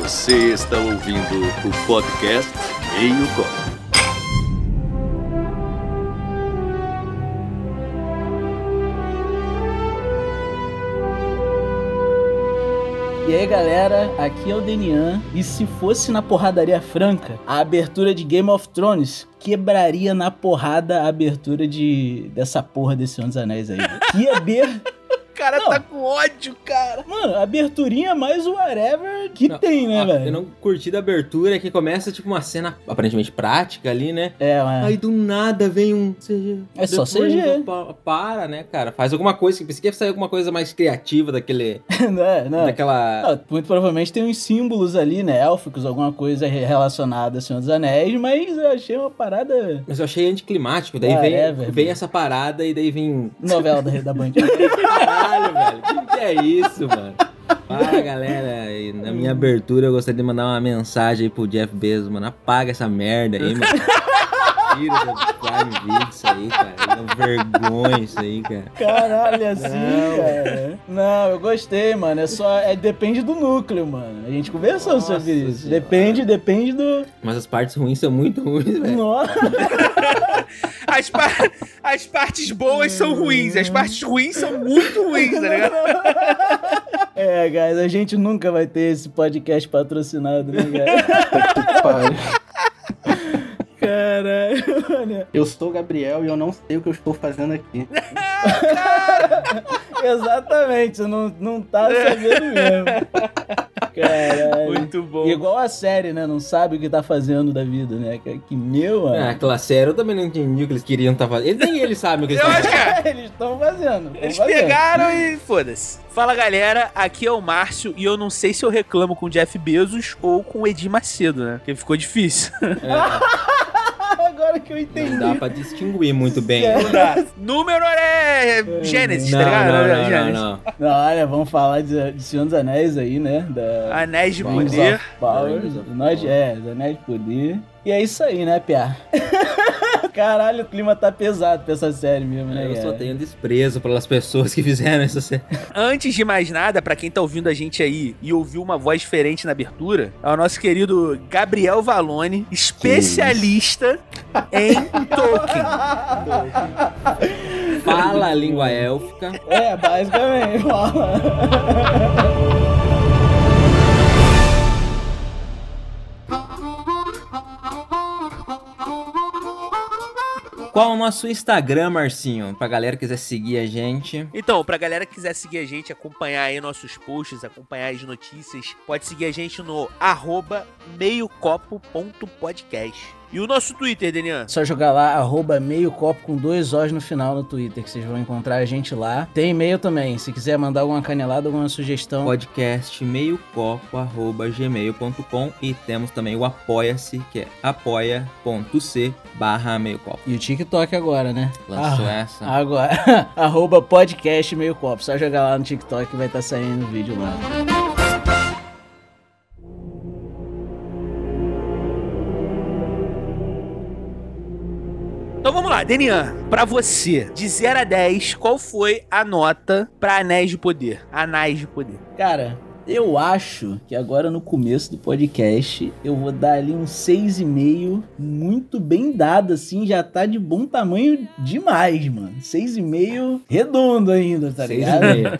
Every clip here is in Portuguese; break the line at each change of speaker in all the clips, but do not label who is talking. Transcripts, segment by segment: Você está ouvindo o podcast Meio Copo.
E aí galera, aqui é o Denian. E se fosse na porradaria franca, a abertura de Game of Thrones quebraria na porrada a abertura de dessa porra desse Senhor dos Anéis aí. Que aber...
O cara
Não.
tá com ódio, cara.
Mano, a aberturinha é mais o whatever que
Não,
tem, né,
Ah,
velho?
Eu não curti da abertura que começa tipo uma cena aparentemente prática ali, né?
É, mas...
Aí do nada vem um CG.
É só
Depois
CG.
pa- Para, né, cara? Faz alguma coisa. Pensei que ia sair alguma coisa mais criativa daquele.
não é, não.
Daquela.
Ah, muito provavelmente tem uns símbolos ali, né? Élficos, alguma coisa re- relacionada a Senhor dos Anéis, mas eu achei uma parada
Mas eu achei anticlimático. Daí
Ah,
vem,
é, velho.
vem essa parada e daí vem. um
novela da, da Band.
Caralho, velho. O que, que é isso, mano? Fala, galera. E na minha abertura eu gostaria de mandar uma mensagem aí pro Jeff Bezos, mano. Apaga essa merda aí, mano. Tira do Prime Video isso aí, cara. É uma vergonha isso aí, cara.
Caralho, assim,
Não.
cara. Não, eu gostei, mano. É só. É, depende do núcleo, mano. A gente conversou
Nossa
sobre isso.
Senhora.
Depende, depende do.
Mas as partes ruins são muito ruins, velho.
Nossa.
As, par- as partes boas são ruins, as partes ruins são muito ruins, tá ligado?
É, guys, a gente nunca vai ter esse podcast patrocinado, né, cara?
Pare.
Caralho, mano.
Eu sou o Gabriel e eu não sei o que eu estou fazendo aqui.
Exatamente, você não, não tá sabendo mesmo. Caralho.
Muito bom.
Igual a série, né? Não sabe o que tá fazendo da vida, né? Que, que meu,
Ah,
mano.
aquela série eu também não entendi o que eles queriam estar fazendo. Eles- Nem eles sabem o que eles
Eu
estavam
acho que é.
Eles estão fazendo. tão
né?
Eles
fazendo.
pegaram e foda-se. Fala galera, aqui é o Márcio e eu não sei se eu reclamo com o Jeff Bezos ou com o Edir Macedo, né? Porque ficou difícil.
É,
Agora que eu entendi.
não dá pra distinguir muito bem.
Certo.
Número é Gênesis,
Não,
tá ligado?
não, não,
Gênesis.
não, não.
Não, olha, vamos falar de, de Senhor dos Anéis aí, né? Da
Anéis Ah, é de
Vamos
Rings
Poder.
of Power.
Rings of
Nós,
Power.
é, os Anéis de Poder. E é isso aí, né, Pia? Caralho, o clima tá pesado pra essa série mesmo, né?
Eu só
cara?
tenho desprezo pelas pessoas que fizeram essa série.
Antes de mais nada, pra quem tá ouvindo a gente aí e ouviu uma voz diferente na abertura, é o nosso querido Gabriel Valone, especialista em Tolkien.
Fala a língua élfica.
É, basicamente, fala.
Qual o nosso Instagram, Marcinho? Pra galera que quiser seguir a gente.
Então, pra galera que quiser seguir a gente, acompanhar aí nossos posts, acompanhar as notícias, pode seguir a gente no arroba meiocopo.podcast. E o nosso Twitter, Denian?
É Só jogar lá, arroba meio copo com dois Os no final no Twitter, que vocês vão encontrar a gente lá. Tem e-mail também, se quiser mandar alguma canelada, alguma sugestão.
Podcast meiocopo.gmail.com e temos também o Apoia-se, que é apoia.c barra meiocopo.
E o TikTok agora, né?
Lançou
Ah,
essa.
Agora, arroba podcast meio copo. Só jogar lá no TikTok que vai estar saindo o vídeo lá.
Então vamos lá, Denian, pra você, de 0 a 10, qual foi a nota pra Anéis de Poder? Anéis de Poder.
Cara, eu acho que agora no começo do podcast eu vou dar ali um 6,5, muito bem dado, assim, já tá de bom tamanho demais, mano. 6,5 redondo ainda, tá
Seis e
ligado?
meio.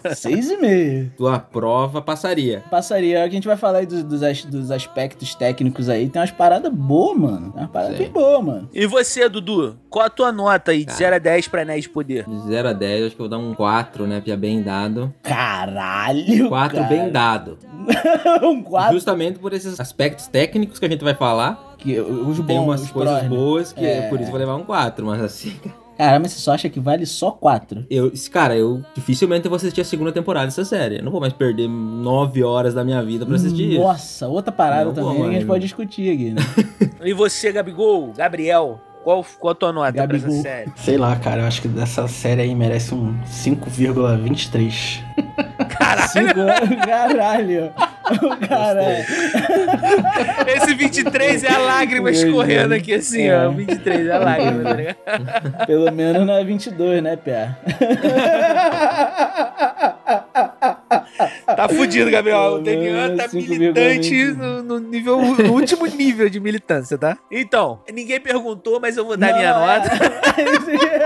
6,5.
Tua prova passaria.
Passaria, é a gente vai falar aí dos, dos as- dos aspectos técnicos aí. Tem umas paradas boas, mano. Tem umas paradas
Sim.
bem boas, mano.
E você, Dudu, qual a tua nota aí de
Cara.
0 a 10 pra Anéis de Poder?
De 0 a 10, eu acho que eu vou dar um 4, né? Porque é bem dado.
Caralho!
4
cara.
bem dado.
um 4
Justamente por esses aspectos técnicos que a gente vai falar.
que os bons,
tem umas
os
coisas
prós, né?
boas que
É.
por isso eu vou levar um 4, mas assim.
Caramba, você só acha que vale só 4?
Eu, cara, eu dificilmente vou assistir a segunda temporada dessa série. Eu não vou mais perder 9 horas da minha vida pra assistir isso.
Nossa, outra parada
Não,
também
mano.
que a gente pode discutir aqui, né?
E você, Gabigol, Gabriel, qual, qual a tua nota pra essa
Gabigol.
série?
Sei lá, cara, eu acho que dessa série aí merece um 5,23.
Cinco anos, caralho. O Caralho.
Esse 23 é a lágrima
Meu
escorrendo
Deus.
aqui assim,
É.
ó. 23 é a lágrima, tá ligado?
Pelo menos não é 22, né, Pia?
Tá fudido, Gabriel. O
Pelo menos
Denian tá
5,20.
militante no, no nível, no último nível de militância, tá? Então, ninguém perguntou, mas eu vou dar
Não,
minha
é-
nota.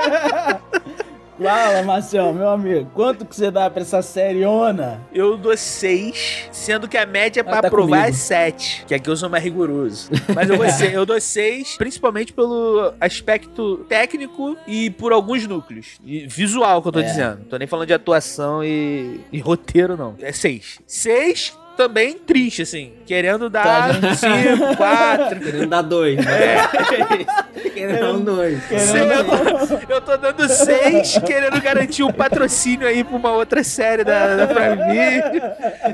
Fala, Marcel, meu amigo, quanto que você dá pra essa seriona?
Eu dou 6, sendo que a média pra
Ah, tá
aprovar é
comigo.
7. Que aqui eu sou mais rigoroso. Mas eu, vou ser, eu dou 6, principalmente pelo aspecto técnico e por alguns núcleos. E visual que eu tô
É.
dizendo. Tô nem falando de atuação e, e roteiro, não. É 6. 6 também triste, assim. Querendo
Tá,
dar
né?
5, 4.
Querendo dar dois. É. Querendo dar um dois.
eu, tô, eu tô dando 6, querendo garantir um patrocínio aí pra uma outra série da, da Prime Video.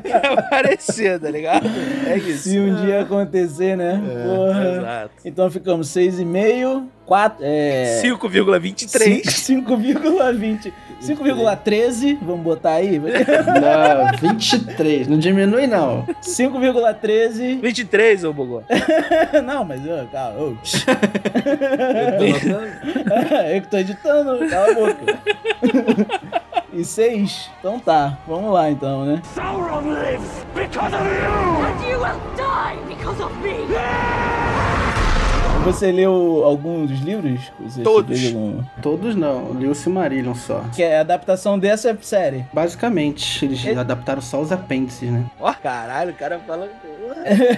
Que aparecer, tá ligado? É isso.
Se um dia acontecer,
É,
né? Porra.
Exato.
Então ficamos 6,5, 4. É.
5,23.
5,20. 5,13, vamos botar aí.
Não, 23. Não diminui, não.
5,13.
23, ô Bogô.
Não, mas eu, calma, eu,
Eu tô notando.
eu que tô editando, cala a boca. E 6? Então tá, vamos lá então, né?
And you will die because of me!
Você leu algum dos livros? Você
Todos.
fez algum?
Todos não. Li o Silmarillion só.
Que é a adaptação dessa série.
Basicamente, eles
Ele-
adaptaram só os apêndices, né?
Ó, caralho, o cara fala.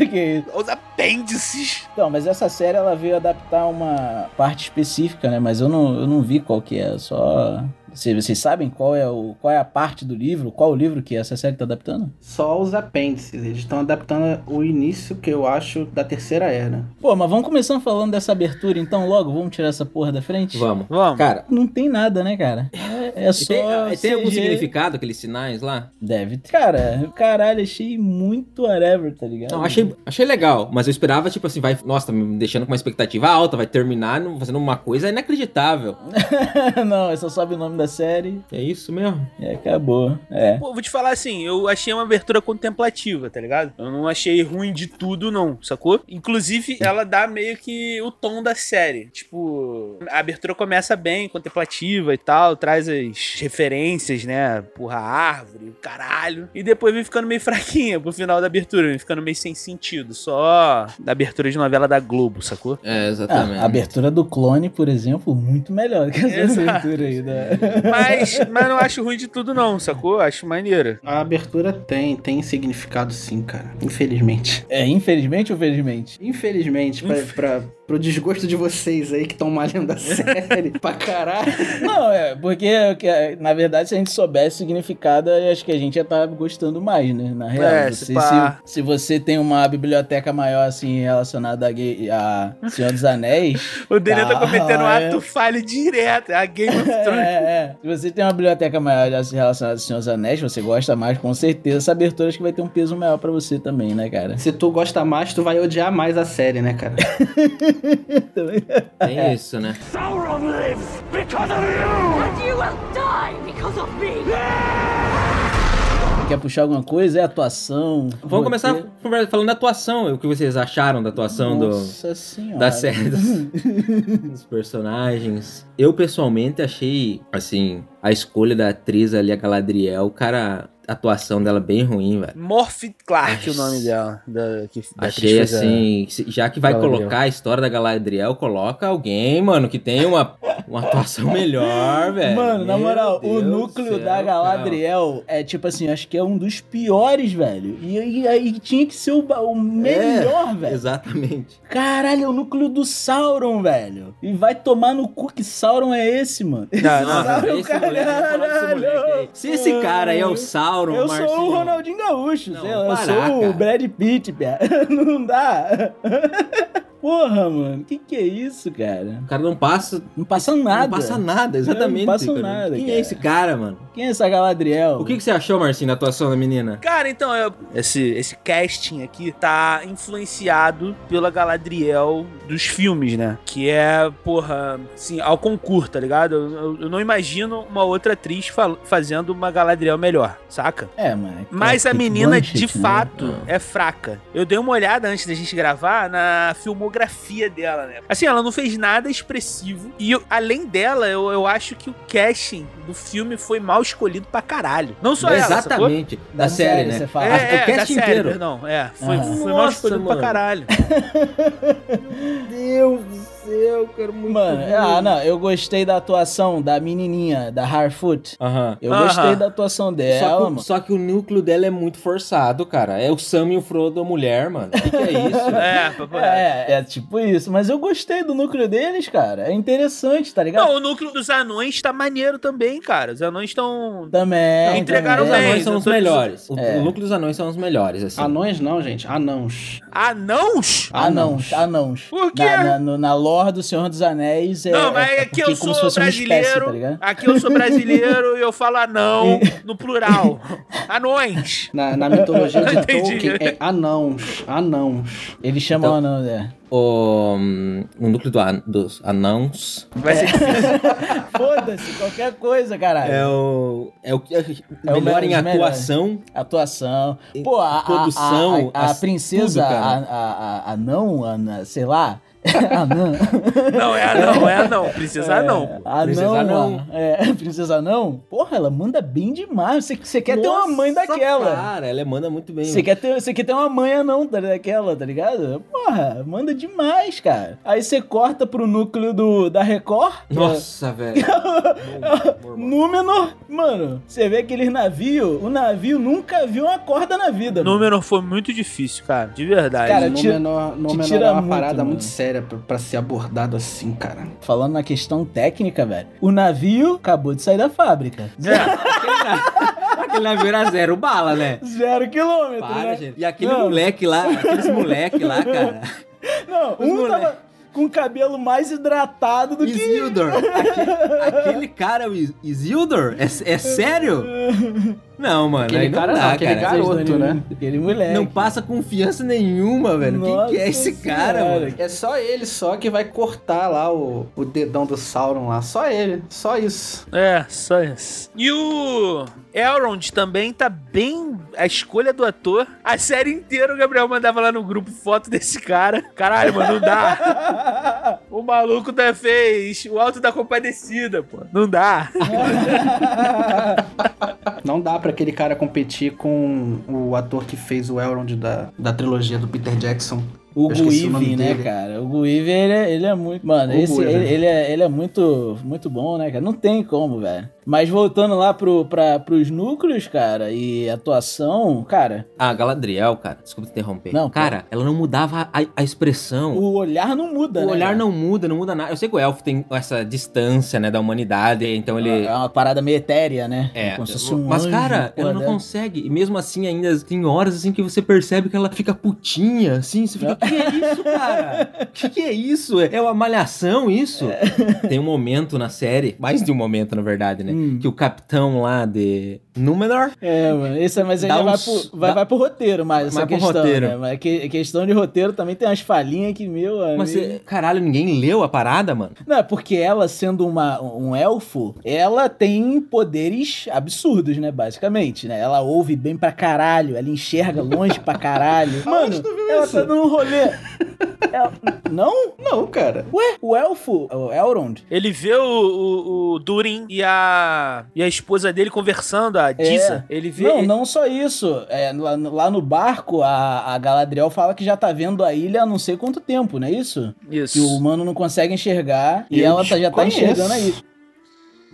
que isso.
Os apêndices.
Então, mas essa série ela veio adaptar uma parte específica, né? Mas eu não, eu não vi qual que é, só. Vocês, vocês sabem qual é, o, qual é a parte do livro? Qual o livro que essa série tá adaptando?
Só os apêndices. Eles estão adaptando o início, que eu acho, da Terceira Era.
Pô, mas vamos começando falando dessa abertura, então logo, vamos tirar essa porra da frente?
Vamos.
Vamos.
Cara,
Não tem nada, né, cara? É, é
e
só.
tem, ah, e tem algum
CG.
significado aqueles sinais lá?
Deve. Cara, caralho, achei muito whatever, tá ligado?
Não, achei, achei legal, mas eu esperava, tipo assim, vai. Nossa, tá me deixando com uma expectativa alta, vai terminar num- fazendo uma coisa inacreditável.
não, é só sobe o nome da série
É isso mesmo?
e acabou. É.
Pô, vou te falar assim, eu achei uma abertura contemplativa, tá ligado? Eu não achei ruim de tudo, não, sacou? Inclusive, ela dá meio que o tom da série. Tipo, a abertura começa bem, contemplativa e tal, traz as referências, né? Porra, a árvore, o caralho. E depois vem ficando meio fraquinha pro final da abertura, vem ficando meio sem sentido. Só da abertura de novela da Globo, sacou?
É,
Ah,
exatamente.
a abertura do clone, por exemplo, muito melhor que essa
Exato.
abertura aí. Da...
Mas, mas não acho ruim de tudo, não, sacou? Acho maneira.
A abertura tem, tem significado sim, cara. Infelizmente.
É, infelizmente ou felizmente?
Infelizmente, pra, pra, pro desgosto de vocês aí que estão malhando a série pra caralho.
Não, é, porque que- na verdade, se a gente soubesse o significado, eu acho que a gente ia estar gostando mais, né? Na real,
É, se
você,
pá.
se, se você tem uma biblioteca maior, assim, relacionada a, gay- a Senhor dos Anéis.
O Daniel tá
Caralho.
cometendo um ato falho direto. A Game of
É,
Thrones.
é, é. Se você tem uma biblioteca maior relacionada a Senhor dos Anéis, você gosta mais, com certeza. Essa abertura acho que vai ter um peso maior pra você também, né, cara?
Se tu gosta mais, tu vai odiar mais a série, né, cara?
Tem isso, né?
And you will die because of me!
Quer puxar alguma coisa? É atuação?
Vamos começar falando da atuação. O que vocês acharam da atuação do,
Nossa senhora.
da série dos, dos personagens. Eu pessoalmente achei, assim, a escolha da atriz ali, a Galadriel, cara, a atuação dela é bem ruim, velho.
Morph Clark,
Ai,
o nome dela. Da, que, da atriz
Achei
fez a-
assim, se- já que vai
Galadriel.
colocar a história da Galadriel, coloca alguém, mano, que tem uma, uma atuação melhor, velho.
Mano, na
Meu
moral, o
Deus
núcleo
do céu,
da
cara.
Galadriel é tipo assim, acho que é um dos piores, velho. E aí aí tinha que ser o, ba- o
É,
melhor, velho.
Exatamente.
Caralho, é o núcleo do Sauron, velho. E vai tomar no cu que Sauron é esse, mano.
Não, não,
Sauron,
Esse moleque, vamos falar desse moleque aí. Se esse cara aí é o Sauron,
Eu
Marcinho,
sou o Ronaldinho Gaúcho,
Não,
sei lá, eu
parar,
sou
cara.
o Brad Pitt, pia. Não dá. Porra, mano, que que é isso, cara?
O cara não passa
Não passa nada.
Não passa nada, exatamente.
Não passa
cara.
nada,
Quem é
cara.
esse cara, mano?
Quem é essa Galadriel?
O que, que você achou, Marcinho, da atuação da menina?
Cara, então, eu- esse, esse casting aqui tá influenciado pela Galadriel dos filmes, né? Que é, porra, assim, ao concurso, tá ligado? Eu, eu- eu não imagino uma outra atriz fal- fazendo uma Galadriel melhor, saca?
É, mano.
Mas a
Kate
menina,
Blanchett,
de
Ah.
né?
fato, é fraca. Eu dei uma olhada antes da gente gravar na filmografia dela, né? Assim, ela não fez nada expressivo. E eu- além dela, eu, eu acho que o casting do filme foi mal escolhido pra caralho. Não só ela, sacou?
Exatamente. da, série, né?
um Você fala.
É,
Ah, o
é, da
casting
série,
inteiro.
perdão. É, foi,
Ah.
foi mal
Nossa,
escolhido
mano.
pra caralho.
Meu Deus do céu, eu quero muito.
Mano,
Uhum.
ver.
ah, não, eu gostei da atuação da menininha, da Harfoot.
Aham.
Eu
Aham.
gostei da atuação
Só,
dela,
que, o-
É, mano.
só que o núcleo dela é muito forçado, cara. É o Sam e o Frodo mulher, mano. O que, que é isso?
É, papo reto.
É, é tipo isso. Mas eu gostei do núcleo deles, cara. É interessante, tá ligado?
Não, o núcleo dos anões tá maneiro também, cara. Os anões estão.
Também.
entregaram
os
também.
bem.
anões são
eu
os
tô
melhores. O,
É.
o núcleo dos anões são os melhores, assim.
Anões não, gente. Anãos.
Anãos?
Anãos, anãos.
Por quê?
Na, na, no- na lore do Senhor dos Anéis é.
não, mas
é
é que
porque
eu
como
sou
se fosse uma espécie,
brasileiro.
tá ligado?
aqui eu sou brasileiro e eu falo anão no plural. Anões.
Na, na mitologia de
Entendi.
Tolkien é anãos. Anãos.
Eles chamam
Então-
anão, né?
O, hum, o núcleo do an- dos anãos
Vai ser
Foda-se, qualquer coisa, caralho.
É o. É o que é
É o
melhor em
melhor dos
atuação.
Atuação.
E
Pô, a, a-
produção,
a, a, a
as-
princesa,
tudo,
a,
cara.
a, a, a não, Ana, sei lá. Anã.
Não, é anão, é anão. Precisa anão.
A
Princesa
Ah, não,
não.
É, princesa não? Porra, ela manda bem demais. Você, você quer ter uma mãe
Nossa,
daquela.
Cara, ela manda muito bem.
Você quer, ter, você quer ter uma mãe anão tá- daquela, tá ligado? Porra, manda demais, cara. Aí você corta pro núcleo do, da Record.
Nossa, velho. Bom, bom, bom.
Númenor, mano, você vê aqueles navios, o navio nunca viu uma corda na vida. mano.
Número foi muito difícil, cara. De verdade.
Cara,
no
tira-
menor, no
te
menor
tira
é uma
muito,
parada
mano.
muito séria pra, pra ser abordado assim, cara.
Falando na questão técnica, velho, o navio acabou de sair da fábrica.
É,
Aquele navio era zero bala, né?
Zero quilômetro,
Para,
né?
gente. E aquele
Não.
moleque lá, aqueles moleque lá, cara.
Não,
Os
um
moleque.
tava com o cabelo mais hidratado do que...
Isildur. Aquele, aquele cara, o Is- Isildur? É, é sério? Não, mano.
Aquele
aí não
cara
dá,
não, aquele
cara. é
garoto,
Vocês dois,
né?
Aquele moleque.
Não passa confiança nenhuma, velho. Quem que é
Nossa
esse cara,
senhora.
mano?
É só ele só que vai cortar lá o, o dedão do Sauron lá. Só ele. Só isso.
é, só isso. E o Elrond também tá bem. A escolha do ator. A série inteira o Gabriel mandava lá no grupo foto desse cara. Caralho, mano, não dá. O maluco da fez o Alto da Compadecida, pô. Não dá.
Não dá pra aquele cara competir com o ator que fez o Elrond da, da trilogia do Peter Jackson.
O
Eu esqueci
é
Guive,
o
né,
nome dele. né?
cara? O Guive, ele, é- ele é muito. Mano,
O
esse,
Guive.
ele, ele é, ele é muito, muito bom, né, cara? Não tem como, velho. Mas voltando lá pro, pra, pros núcleos, cara, e atuação, cara,
Ah, Galadriel, cara. Desculpa te interromper.
Não,
cara, ela não mudava a, a expressão.
o olhar não muda,
O
né?
olhar
cara?
não muda, não muda nada. Eu sei que o elfo tem essa distância, né, da humanidade, então ele...
É uma parada meio etérea, né?
É,
Como se fosse um
mas
anjo,
cara,
porra
ela não
dela.
consegue. E mesmo assim, ainda tem horas assim que você percebe que ela fica putinha, assim. Você fica, o que é isso, cara? O que, que é isso? É uma malhação isso? Tem um momento na série, mais de um momento na verdade, né?
É. Hum.
Que o capitão lá de Númenor
É, mano. Isso, é- mas aí
Dá
já vai,
uns-
pro, vai,
dá-
vai pro roteiro, mais essa
Vai pro
questão.
roteiro.
Né? Mas que- questão de roteiro também tem umas falhinhas que, meu amigo.
Mas, é, você- caralho, ninguém leu a parada, mano?
Não, é porque ela, sendo uma, um elfo, ela tem poderes absurdos, né? Basicamente, né? Ela ouve bem pra caralho, ela enxerga longe pra caralho. Mano, ela tá dando um rolê. Ela- Não?
Não, cara.
Ué, o elfo, o Elrond,
Ele vê o, o- o Durin e a, e a esposa dele conversando, a Disa. Ele vê.
É. Não, não só isso. É, lá, lá no barco, a, a Galadriel fala que já tá vendo a ilha há não sei quanto tempo, não é isso? Que
Isso.
o humano não consegue enxergar e
Eu
ela tá- já tá
desconheço.
enxergando aí.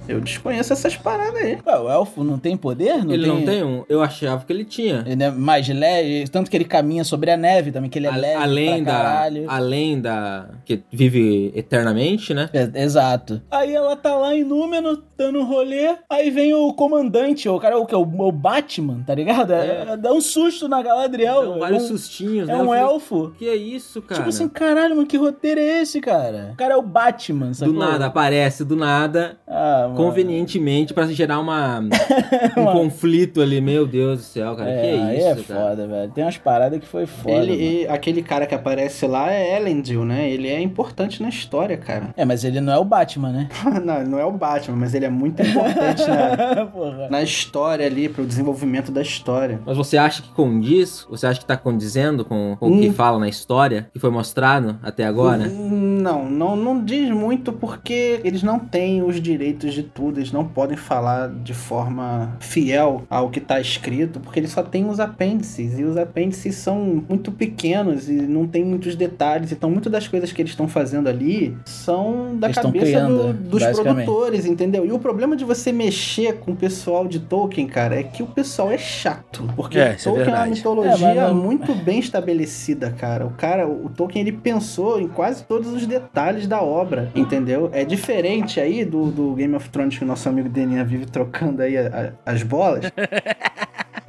Eu desconheço essas paradas aí.
Ué, o elfo não tem poder? Não
ele
tem...
não tem um. Eu achava que ele tinha.
Ele é mais leve, tanto que ele caminha sobre a neve também, que ele é
A-
leve
além
pra
da,
caralho.
além da que vive eternamente, né?
É, exato. Aí ela tá lá em Númeno, dando um rolê, aí vem o comandante, o cara, o que? O, o Batman, tá ligado? É, dá um susto na Galadriel.
Dão
é
vários
um-
sustinhos,
é
né? Eu
um
falei,
elfo.
Que é isso, cara?
Tipo assim, caralho, mano, que roteiro é esse, cara? O cara é o Batman,
do
sacou?
nada aparece, do nada.
Ah, mano.
Convenientemente pra gerar uma, um
Uma-
conflito ali. Meu Deus do céu, cara.
É,
que
aí
isso,
é
cara.
foda, velho. Tem umas paradas que foi foda.
ele,
mano.
e- aquele cara que aparece lá é Elendil, né? Ele é importante na história, cara.
É, mas ele não é o Batman, né?
não, não é o Batman, mas ele é muito importante na,
Porra.
na história ali, pro desenvolvimento da história.
Mas você acha que condiz? Você acha que tá condizendo com, com o que
Hum.
fala na história? Que foi mostrado até
Hum.
agora?
Não, não, não diz muito porque eles não têm os direitos de tudo, eles não podem falar de forma fiel ao que está escrito, porque eles só têm os apêndices, e os apêndices são muito pequenos e não tem muitos detalhes, então muitas das coisas que eles estão fazendo ali são da
Eles tão
cabeça
criando,
do- dos
basicamente.
produtores, entendeu? E o problema de você mexer com o pessoal de Tolkien, cara, é que o pessoal é chato, porque
É, isso é
Tolkien é uma
verdade.
mitologia
É, mas não-
muito bem estabelecida, cara. O cara, o Tolkien, ele pensou em quase todos os detalhes da obra, entendeu? É diferente aí do, do Game of Thrones que o nosso amigo Deninha vive trocando aí a- a- as bolas.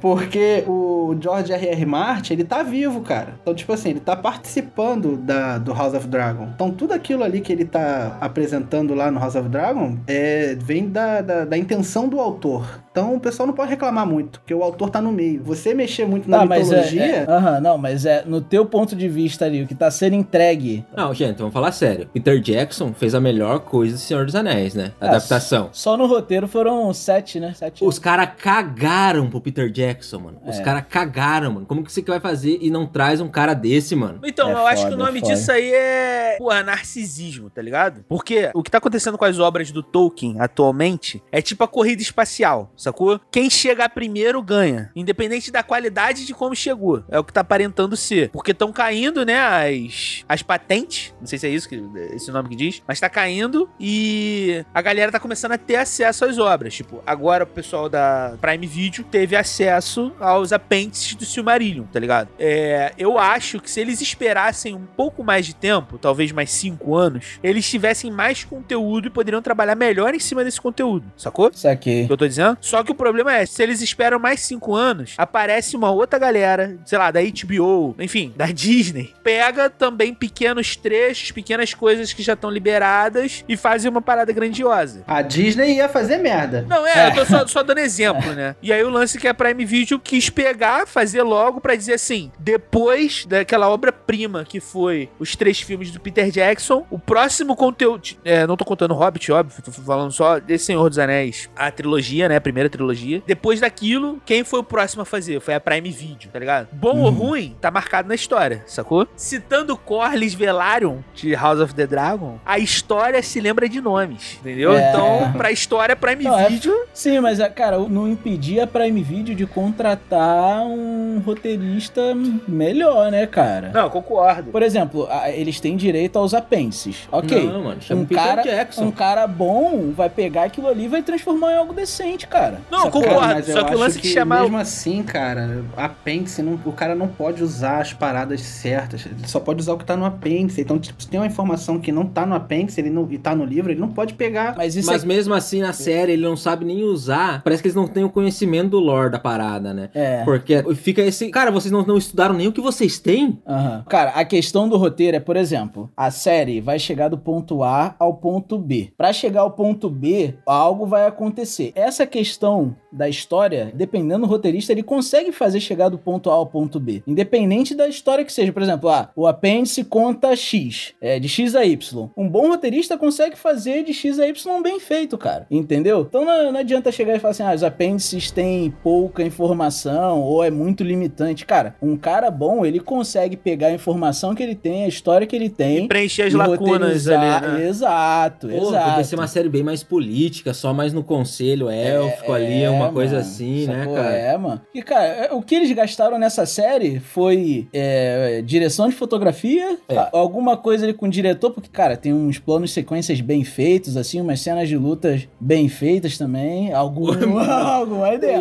Porque o George R.R. Martin, ele tá vivo, cara. Então, tipo assim, ele tá participando da, do House of Dragon. Então, tudo aquilo ali que ele tá apresentando lá no House of Dragon é, vem da, da, da intenção do autor. Então, o pessoal não pode reclamar muito, porque o autor tá no meio. Você mexer muito na
Tá, mas é-
mitologia...
é- Aham, não, mas é no teu ponto de vista ali, o que tá sendo entregue.
Não, gente, vamos falar sério. Peter Jackson fez a melhor coisa do Senhor dos Anéis, né?
Ah,
Adaptação.
Só no roteiro foram sete, né? Sete.
Os caras cagaram pro Peter Jackson, mano. Os
É.
caras cagaram, mano. Como que você que vai fazer e não traz um cara desse, mano?
Então,
É
eu acho que o
foda,
nome
é foda.
disso aí é, porra, narcisismo, tá ligado? Porque o que tá acontecendo com as obras do Tolkien atualmente é tipo a corrida espacial, sacou? Quem chegar primeiro ganha, independente da qualidade de como chegou. É o que tá aparentando ser. Porque estão caindo, né, as as patentes, não sei se é isso que esse nome que diz, mas tá caindo e a galera tá começando a ter acesso às obras. Tipo, agora o pessoal da Prime Video teve acesso aos apêndices do Silmarillion, tá ligado? É, eu acho que se eles esperassem um pouco mais de tempo, talvez mais cinco anos, eles tivessem mais conteúdo e poderiam trabalhar melhor em cima desse conteúdo, sacou?
Isso aqui.
que eu tô dizendo? Só que o problema é, se eles esperam mais cinco anos, aparece uma outra galera, sei lá, da HBO, enfim, da Disney, pega também pequenos trechos, pequenas coisas que já estão liberadas e faz uma parada grandiosa.
A Disney ia fazer merda.
Não,
É.
é, eu tô só, só dando exemplo, né? E aí o lance que a Prime Video quis pegar, fazer logo pra dizer assim, depois daquela obra-prima que foi os três filmes do Peter Jackson, o próximo conteúdo... É, não tô contando Hobbit, óbvio, tô falando só de Senhor dos Anéis, a trilogia, né, a primeira trilogia. Depois daquilo, quem foi o próximo a fazer? Foi a Prime Video, tá ligado? Bom
Uhum.
ou ruim, tá marcado na história, sacou? Citando Corlys Velaryon, de House of the Dragon, a história se lembra de nomes, entendeu?
É.
Então, pra história, Prime
Não, é-
Video...
Sim, mas, ah, cara, não impedia a Prime Video de contratar um roteirista melhor, né, cara?
Não, eu concordo.
Por exemplo, a- eles têm direito aos apêndices. Ok.
Não, mano. Chama
Um
o Peter
cara-
Jackson.
Um cara bom vai pegar aquilo ali e vai transformar em algo decente, cara.
Não,
Sacou?
concordo.
Cara, mas
só
eu
que o
acho
lance é que chamar-
Mesmo assim, cara, apêndice, não- o cara não pode usar as paradas certas. Ele só pode usar o que tá no apêndice. Então, tipo, se tem uma informação que não tá no apêndice ele não, e tá no livro, ele não pode pegar.
Mas isso
Mas
é...
mesmo assim, na série, ele não sabe nem usar. Parece que eles não têm o conhecimento do lore da parada, né?
É.
Porque fica esse. Cara, vocês não, não estudaram nem o que vocês têm?
Aham. Cara, a questão do roteiro é, por exemplo, a série vai chegar do ponto A ao ponto B. Pra chegar ao ponto B, algo vai acontecer. Essa questão da história, dependendo do roteirista, ele consegue fazer chegar do ponto A ao ponto B. Independente da história que seja. Por exemplo, ah, o apêndice conta X, é, de X a Y. Um bom roteirista consegue fazer de X a Y um bem feito, cara. Entendeu? Então não, não adianta chegar e falar assim, ah, os apêndices têm pouca informação ou é muito limitante. Cara, um cara bom, ele consegue pegar a informação que ele tem, a história que ele tem.
Preencher as
e
lacunas
roteirizar-
ali, né?
Exato,
Pô,
exato.
podia ser uma série bem mais política, só mais no conselho élfico ali,
é,
é uma coisa
mano.
assim, né,
Sacou?
cara?
É, mano. E, cara, é, o que eles gastaram nessa série foi é, é, direção de fotografia,
É.
a- alguma coisa ali com o diretor, porque, cara, tem uns planos sequências bem feitos, assim, umas cenas de lutas bem feitas também. Algum, alguma ideia.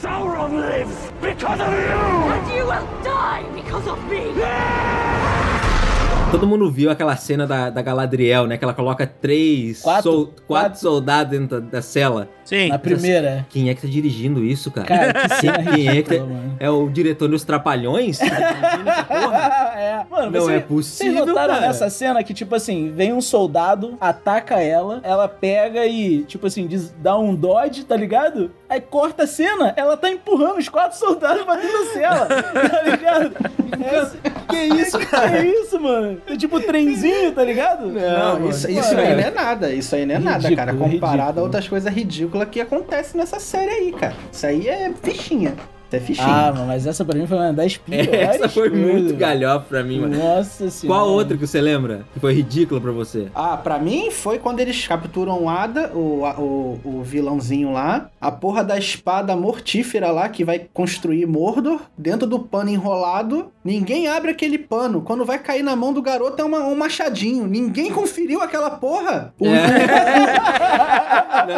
Sauron lives because of you! And you will die because of me!
Todo mundo viu aquela cena da, da Galadriel, né? Que ela coloca três.
Quatro.
sol- quatro
Quatro.
soldados dentro da, da cela.
Sim.
Na primeira.
Quem é que tá dirigindo isso, cara?
Cara, que cena
Quem é que
ridícula, mano.
É o diretor dos Trapalhões?
é. Mano,
Não
você,
é possível,
Vocês notaram
cara.
nessa cena que, tipo assim, vem um soldado, ataca ela, ela pega e, tipo assim, diz- dá um dodge, tá ligado? Aí corta a cena, ela tá empurrando os quatro soldados pra dentro da cela, tá ligado? Essa-
que isso,
que é isso, mano? É tipo um trenzinho, tá ligado?
Não,
mano.
isso, isso aí não é nada, isso aí não é nada,
Ridículo,
cara, comparado
ridículo.
a outras coisas ridículas que acontecem nessa série aí, cara. Isso aí é fichinha. Isso é fichinha.
Ah, mano, mas essa pra mim foi uma das piores.
É, Essa foi muito
coisas.
galhofa pra mim, mano.
Nossa senhora.
Qual outra que você lembra? Que foi ridícula pra você?
Ah, pra mim foi quando eles capturam o Ada, o, a- o, o vilãozinho lá, a porra da espada mortífera lá que vai construir Mordor, dentro do pano enrolado. Ninguém abre aquele pano. Quando vai cair na mão do garoto é uma- um machadinho. Ninguém conferiu aquela porra. O,
É,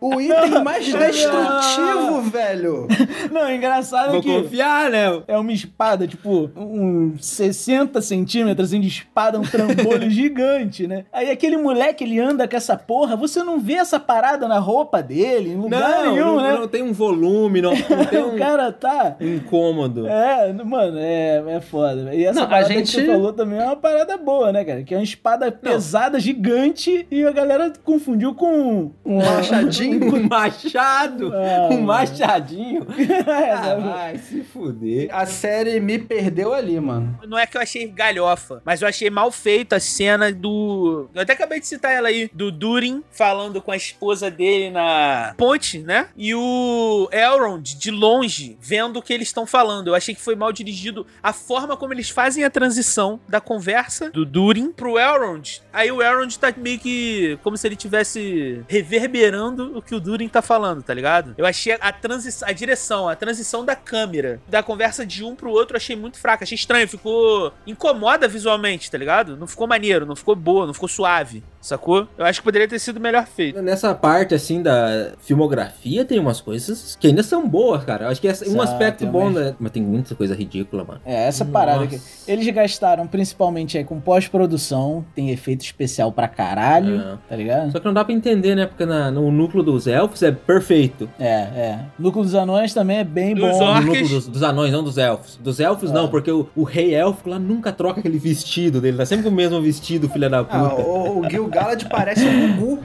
o item mais destrutivo, velho.
Não, engraçado
Vou
é que...
confiar, né?
É uma espada, tipo, uns 60 centímetros assim, de espada, um trambolho gigante, né? Aí aquele moleque, ele anda com essa porra, você não vê essa parada na roupa dele, em lugar
Não,
nenhum,
não,
né?
não tem um volume, não, não tem
o
um
cara tá...
incômodo.
É, mano, é, é foda. E essa
Não, a
parada
gente-
que você falou também é uma parada boa, né, cara? Que é uma espada pesada, gigante, e a galera confundiu com...
Um machadinho.
Um machado!
Ah,
um
mano.
machadinho! Ah,
Essa-
vai se fuder.
A série me perdeu ali, mano.
Não é que eu achei galhofa, mas eu achei mal feita a cena do. Eu até acabei de citar ela aí, do Durin falando com a esposa dele na ponte, né? E o Elrond de longe vendo o que eles estão falando. Eu achei que foi mal dirigido a forma como eles fazem a transição da conversa do Durin pro Elrond. Aí o Elrond tá meio que como se ele tivesse reverberando o que o Durin tá falando, tá ligado? Eu achei a transição, a direção, a transição da câmera, da conversa de um pro outro, eu achei muito fraca, achei estranho, ficou incomoda visualmente, tá ligado? Não ficou maneiro, não ficou boa, não ficou suave, sacou? Eu acho que poderia ter sido melhor feito.
Nessa parte, assim, da filmografia, tem umas coisas que ainda são boas, cara. Eu Acho que essa- um
Exatamente.
aspecto bom da... Mas tem muita coisa ridícula, mano.
É, essa parada
Nossa.
aqui. Eles gastaram principalmente aí com pós-produção, tem efeito especial pra caralho,
É.
tá ligado?
Só que não dá pra entender, né? Porque na- no núcleo dos elfos é perfeito.
É, é. Núcleo dos Anões também é bem
Dos
bom.
Orcs.
No núcleo dos, dos anões, não dos elfos. Dos elfos,
Ah.
não, porque o, o rei élfico lá nunca troca aquele vestido dele. Tá sempre com o mesmo vestido, filha da
Ah,
puta.
o, o Gil Galad parece um Gugu.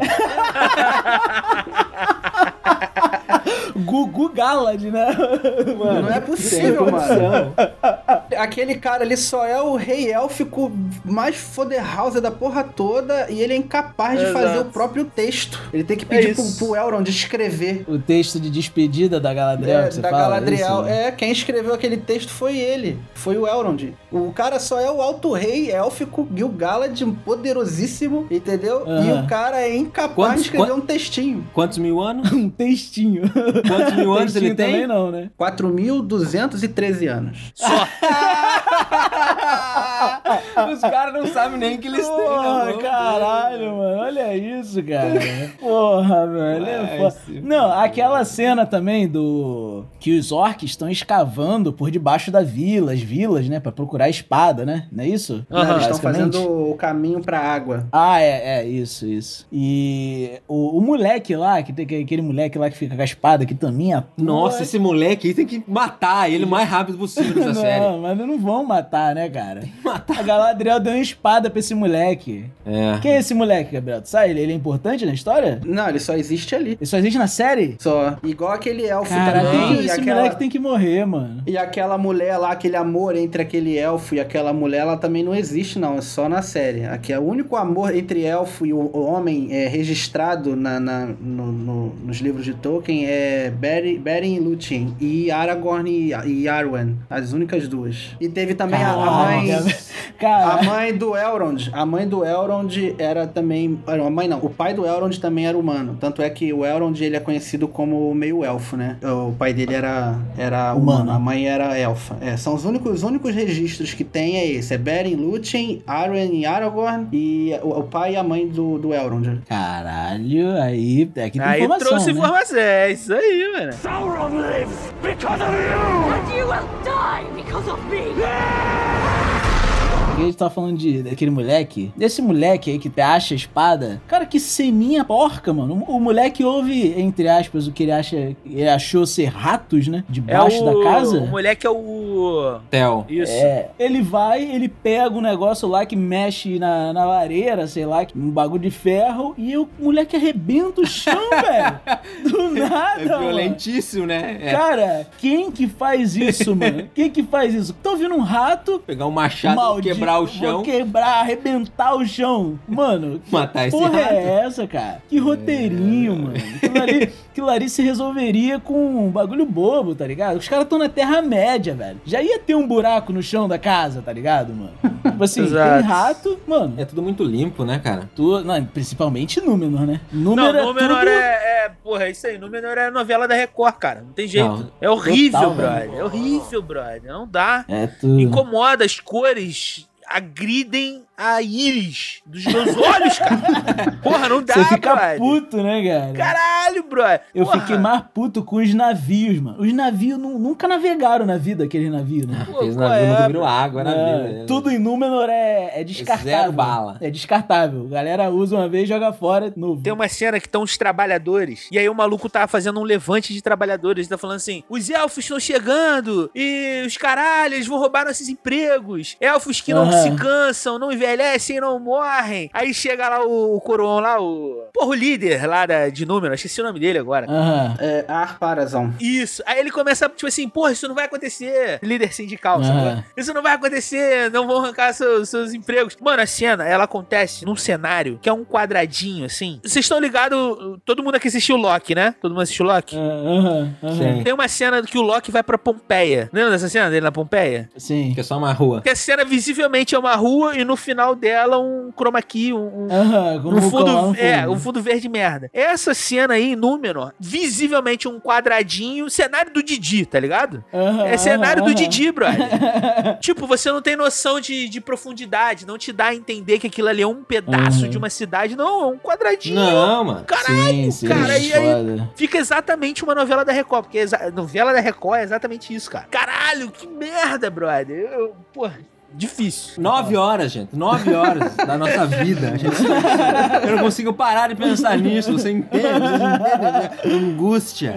Gugu Galad, né?
Não é possível, mano.
Não.
Aquele cara ali só é o rei élfico mais foderhauser da porra toda e ele é incapaz de
Exato.
fazer o próprio texto. Ele tem que pedir
É
pro,
isso.
pro Elrond escrever.
O texto de despedida da Galadriel,
É,
que você
da
fala.
Galadriel.
isso, né?
É, quem escreveu aquele texto foi ele. Foi o Elrond. O cara só é o alto rei élfico, Gil-galad, poderosíssimo, entendeu? E
Aham.
o cara é incapaz
Quantos-
de escrever um textinho.
Quantos mil anos?
é.
Um textinho.
Quantos mil anos
Textinho
ele
também
tem?
não, né?
4.213 anos.
Só.
Os caras não sabem nem que eles têm. na
Porra,
mão.
caralho, mano. Olha isso, cara. Porra, velho. é
Vai
foda.
se
Não, aquela cena também do. Que os orcs estão escavando por debaixo da vila, as vilas, né? Pra procurar a espada, né? Não é isso?
Não, eles estão
Basicamente.
fazendo o caminho pra água.
Ah, é, é, isso, isso. E o, o moleque lá, que tem aquele moleque lá que fica com a espada, que também atua.
Nossa, esse moleque aí tem que matar ele o mais rápido possível nessa
não,
série.
mas não vão matar, né, cara? Matar. A Galadriel deu uma espada pra esse moleque.
É.
Quem é esse moleque, Gabriel? Tu sabe? Ele, ele é importante na história?
Não, ele só existe ali.
Ele só existe na série?
Só. Igual aquele elfo
Cara, tem
também.
que,
e,
esse
aquela,
moleque tem que morrer, mano.
e aquela mulher lá, aquele amor entre aquele elfo e aquela mulher, ela também não existe, não. É só na série. Aqui é o único amor entre elfo e o o homem é, registrado na, na- no- no- nos livros de Tolkien é Beren Beren e Lúthien. E Aragorn e, e Arwen. As únicas duas. E teve também a- a mãe.
Caraca.
A
Cara,
mãe do Elrond, a mãe do Elrond era também, era- a mãe não, o pai do Elrond também era humano. Tanto é que o Elrond ele é conhecido como meio elfo, né? O pai dele era era humano,
Humano.
a mãe era elfa. É, são os únicos os únicos registros que tem é esse, é Beren, Lúthien, Arwen e Aragorn e o, o pai e a mãe do, do Elrond.
caralho, aí aqui tem
Tipo
Aí
informação,
trouxe
né?
informação. É isso aí, mano.
Sauron lives because of you!
And you will die because of me!
Porque a gente tá falando de, daquele moleque. Desse moleque aí que te acha a espada. Cara, que seminha porca, mano. O, o moleque ouve, entre aspas, o que ele acha. Ele achou ser ratos, né?
É
Debaixo
o,
da casa.
O moleque é o.
Theo.
Isso.
É. Ele vai, ele pega um negócio lá que mexe na, na lareira, sei lá, um bagulho de ferro, e o moleque arrebenta o chão, velho. Do nada,
É
mano.
violentíssimo, né? É.
Cara, quem que faz isso, mano? Quem que faz isso? Tô ouvindo um rato,
Pegar um machado,
Maldito,
quebrar o
vou
chão.
quebrar, arrebentar o chão. Mano, que
Matar esse
porra
rato.
é essa, cara? Que roteirinho, mano. Aquilo ali, aquilo ali se resolveria com um bagulho bobo, tá ligado? Os caras estão na Terra-média, velho. Já ia ter um buraco no chão da casa, tá ligado, mano? Tipo assim, tem
Exato.
rato, mano.
É tudo muito limpo, né, cara?
Tu, não, é principalmente Númenor, né?
Não,
Númenor é
Númenor
tudo...
é, é. Porra, é isso aí. Númenor é novela da Record, cara. Não tem jeito.
Não.
é horrível,
Total,
brother. É horrível, brother. Não dá.
É tudo.
Incomoda as cores. Agridem a íris dos meus olhos, cara. Porra, não dá,
Você fica
brother.
puto, né, cara?
Caralho, brother.
Eu
Porra.
fiquei mais puto com os navios, mano. Os navios nu- nunca navegaram na vida, aqueles navios, né?
Pô,
Fez
qual
navio,
é,
nunca virou água,
É,
né?
tudo em Númenor é, é descartável.
Zero bala.
É descartável. Galera usa uma vez, joga fora, novo.
Tem um uma cena que estão os trabalhadores, e aí o maluco tá fazendo um levante de trabalhadores, tá falando assim: os elfos estão chegando, e os caralhos vão roubar nossos empregos. Elfos que não
Aham.
se cansam, não envelhecem, não morrem. Aí chega lá o, o coroão lá, o. Porra, o líder lá da, de número, esqueci o nome dele agora.
Aham.
É, Arparazão.
Isso. Aí ele começa, tipo assim, porra, isso não vai acontecer. Líder sindical,
Ah.
sacou? Isso não vai acontecer, não vão arrancar seus, seus empregos. Mano, a cena, ela acontece num cenário que é um quadradinho, assim. Vocês estão ligados, todo mundo aqui assistiu Loki, né? Todo mundo assistiu Loki?
Aham. aham.
Sim.
Tem uma cena que o Loki vai pra Pompeia. Lembra dessa cena dele na Pompeia?
Sim.
Que é só uma rua.
Que a cena visivelmente é uma rua e no final dela um chroma key, um, um
Aham. como
um
vou
fundo,
colar no
é,
fundo.
um fundo verde merda. Essa cena aí, em Númenor, visivelmente um quadradinho, cenário do Didi, tá ligado?
Aham,
É cenário do
aham,
Didi, brother.
aham.
Tipo, você não tem noção de, de profundidade, não te dá a entender que aquilo ali é um pedaço
Aham.
de uma cidade, não, é um quadradinho.
Uhum. Não, mano.
Caralho,
Sim, sim.
cara, e aí-
foda.
Fica exatamente uma novela da Record, porque exa- novela da Record é exatamente isso, cara. Caralho, que merda, brother. Eu, eu- porra, difícil.
Nove horas, gente. Nove horas da nossa vida. A gente- Eu não consigo parar de pensar nisso. Você entende? Você entende? Angústia.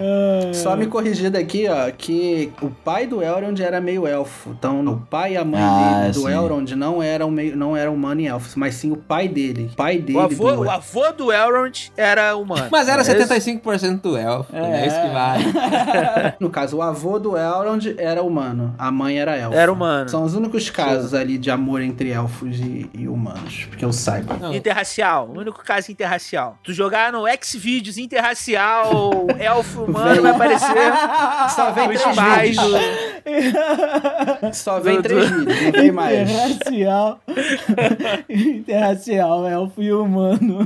É.
Só me corrigir daqui, ó, que o pai do Elrond era meio elfo. Então, o pai e a mãe
Ah,
dele, do
sim.
Elrond não eram meio, não eram humano e elfos, mas sim o pai dele. O pai dele.
O avô,
do-
o avô do Elrond era humano.
Mas era
não é isso?
75% elfo. É,
É.
isso que vale.
No caso, o avô do Elrond era humano, a mãe era elfa.
Era humano.
São os únicos casos ali de amor entre elfos e, e humanos, porque eu saiba.
Não,
Interracial, o único caso interracial. Tu jogar no Xvideos interracial, elfo humano
Velho.
vai aparecer
Só vem
Ah, os
três
pais
vídeos.
do-
Só vem
do-
três vídeos, não tem mais.
Interracial. Interracial, elfo e humano.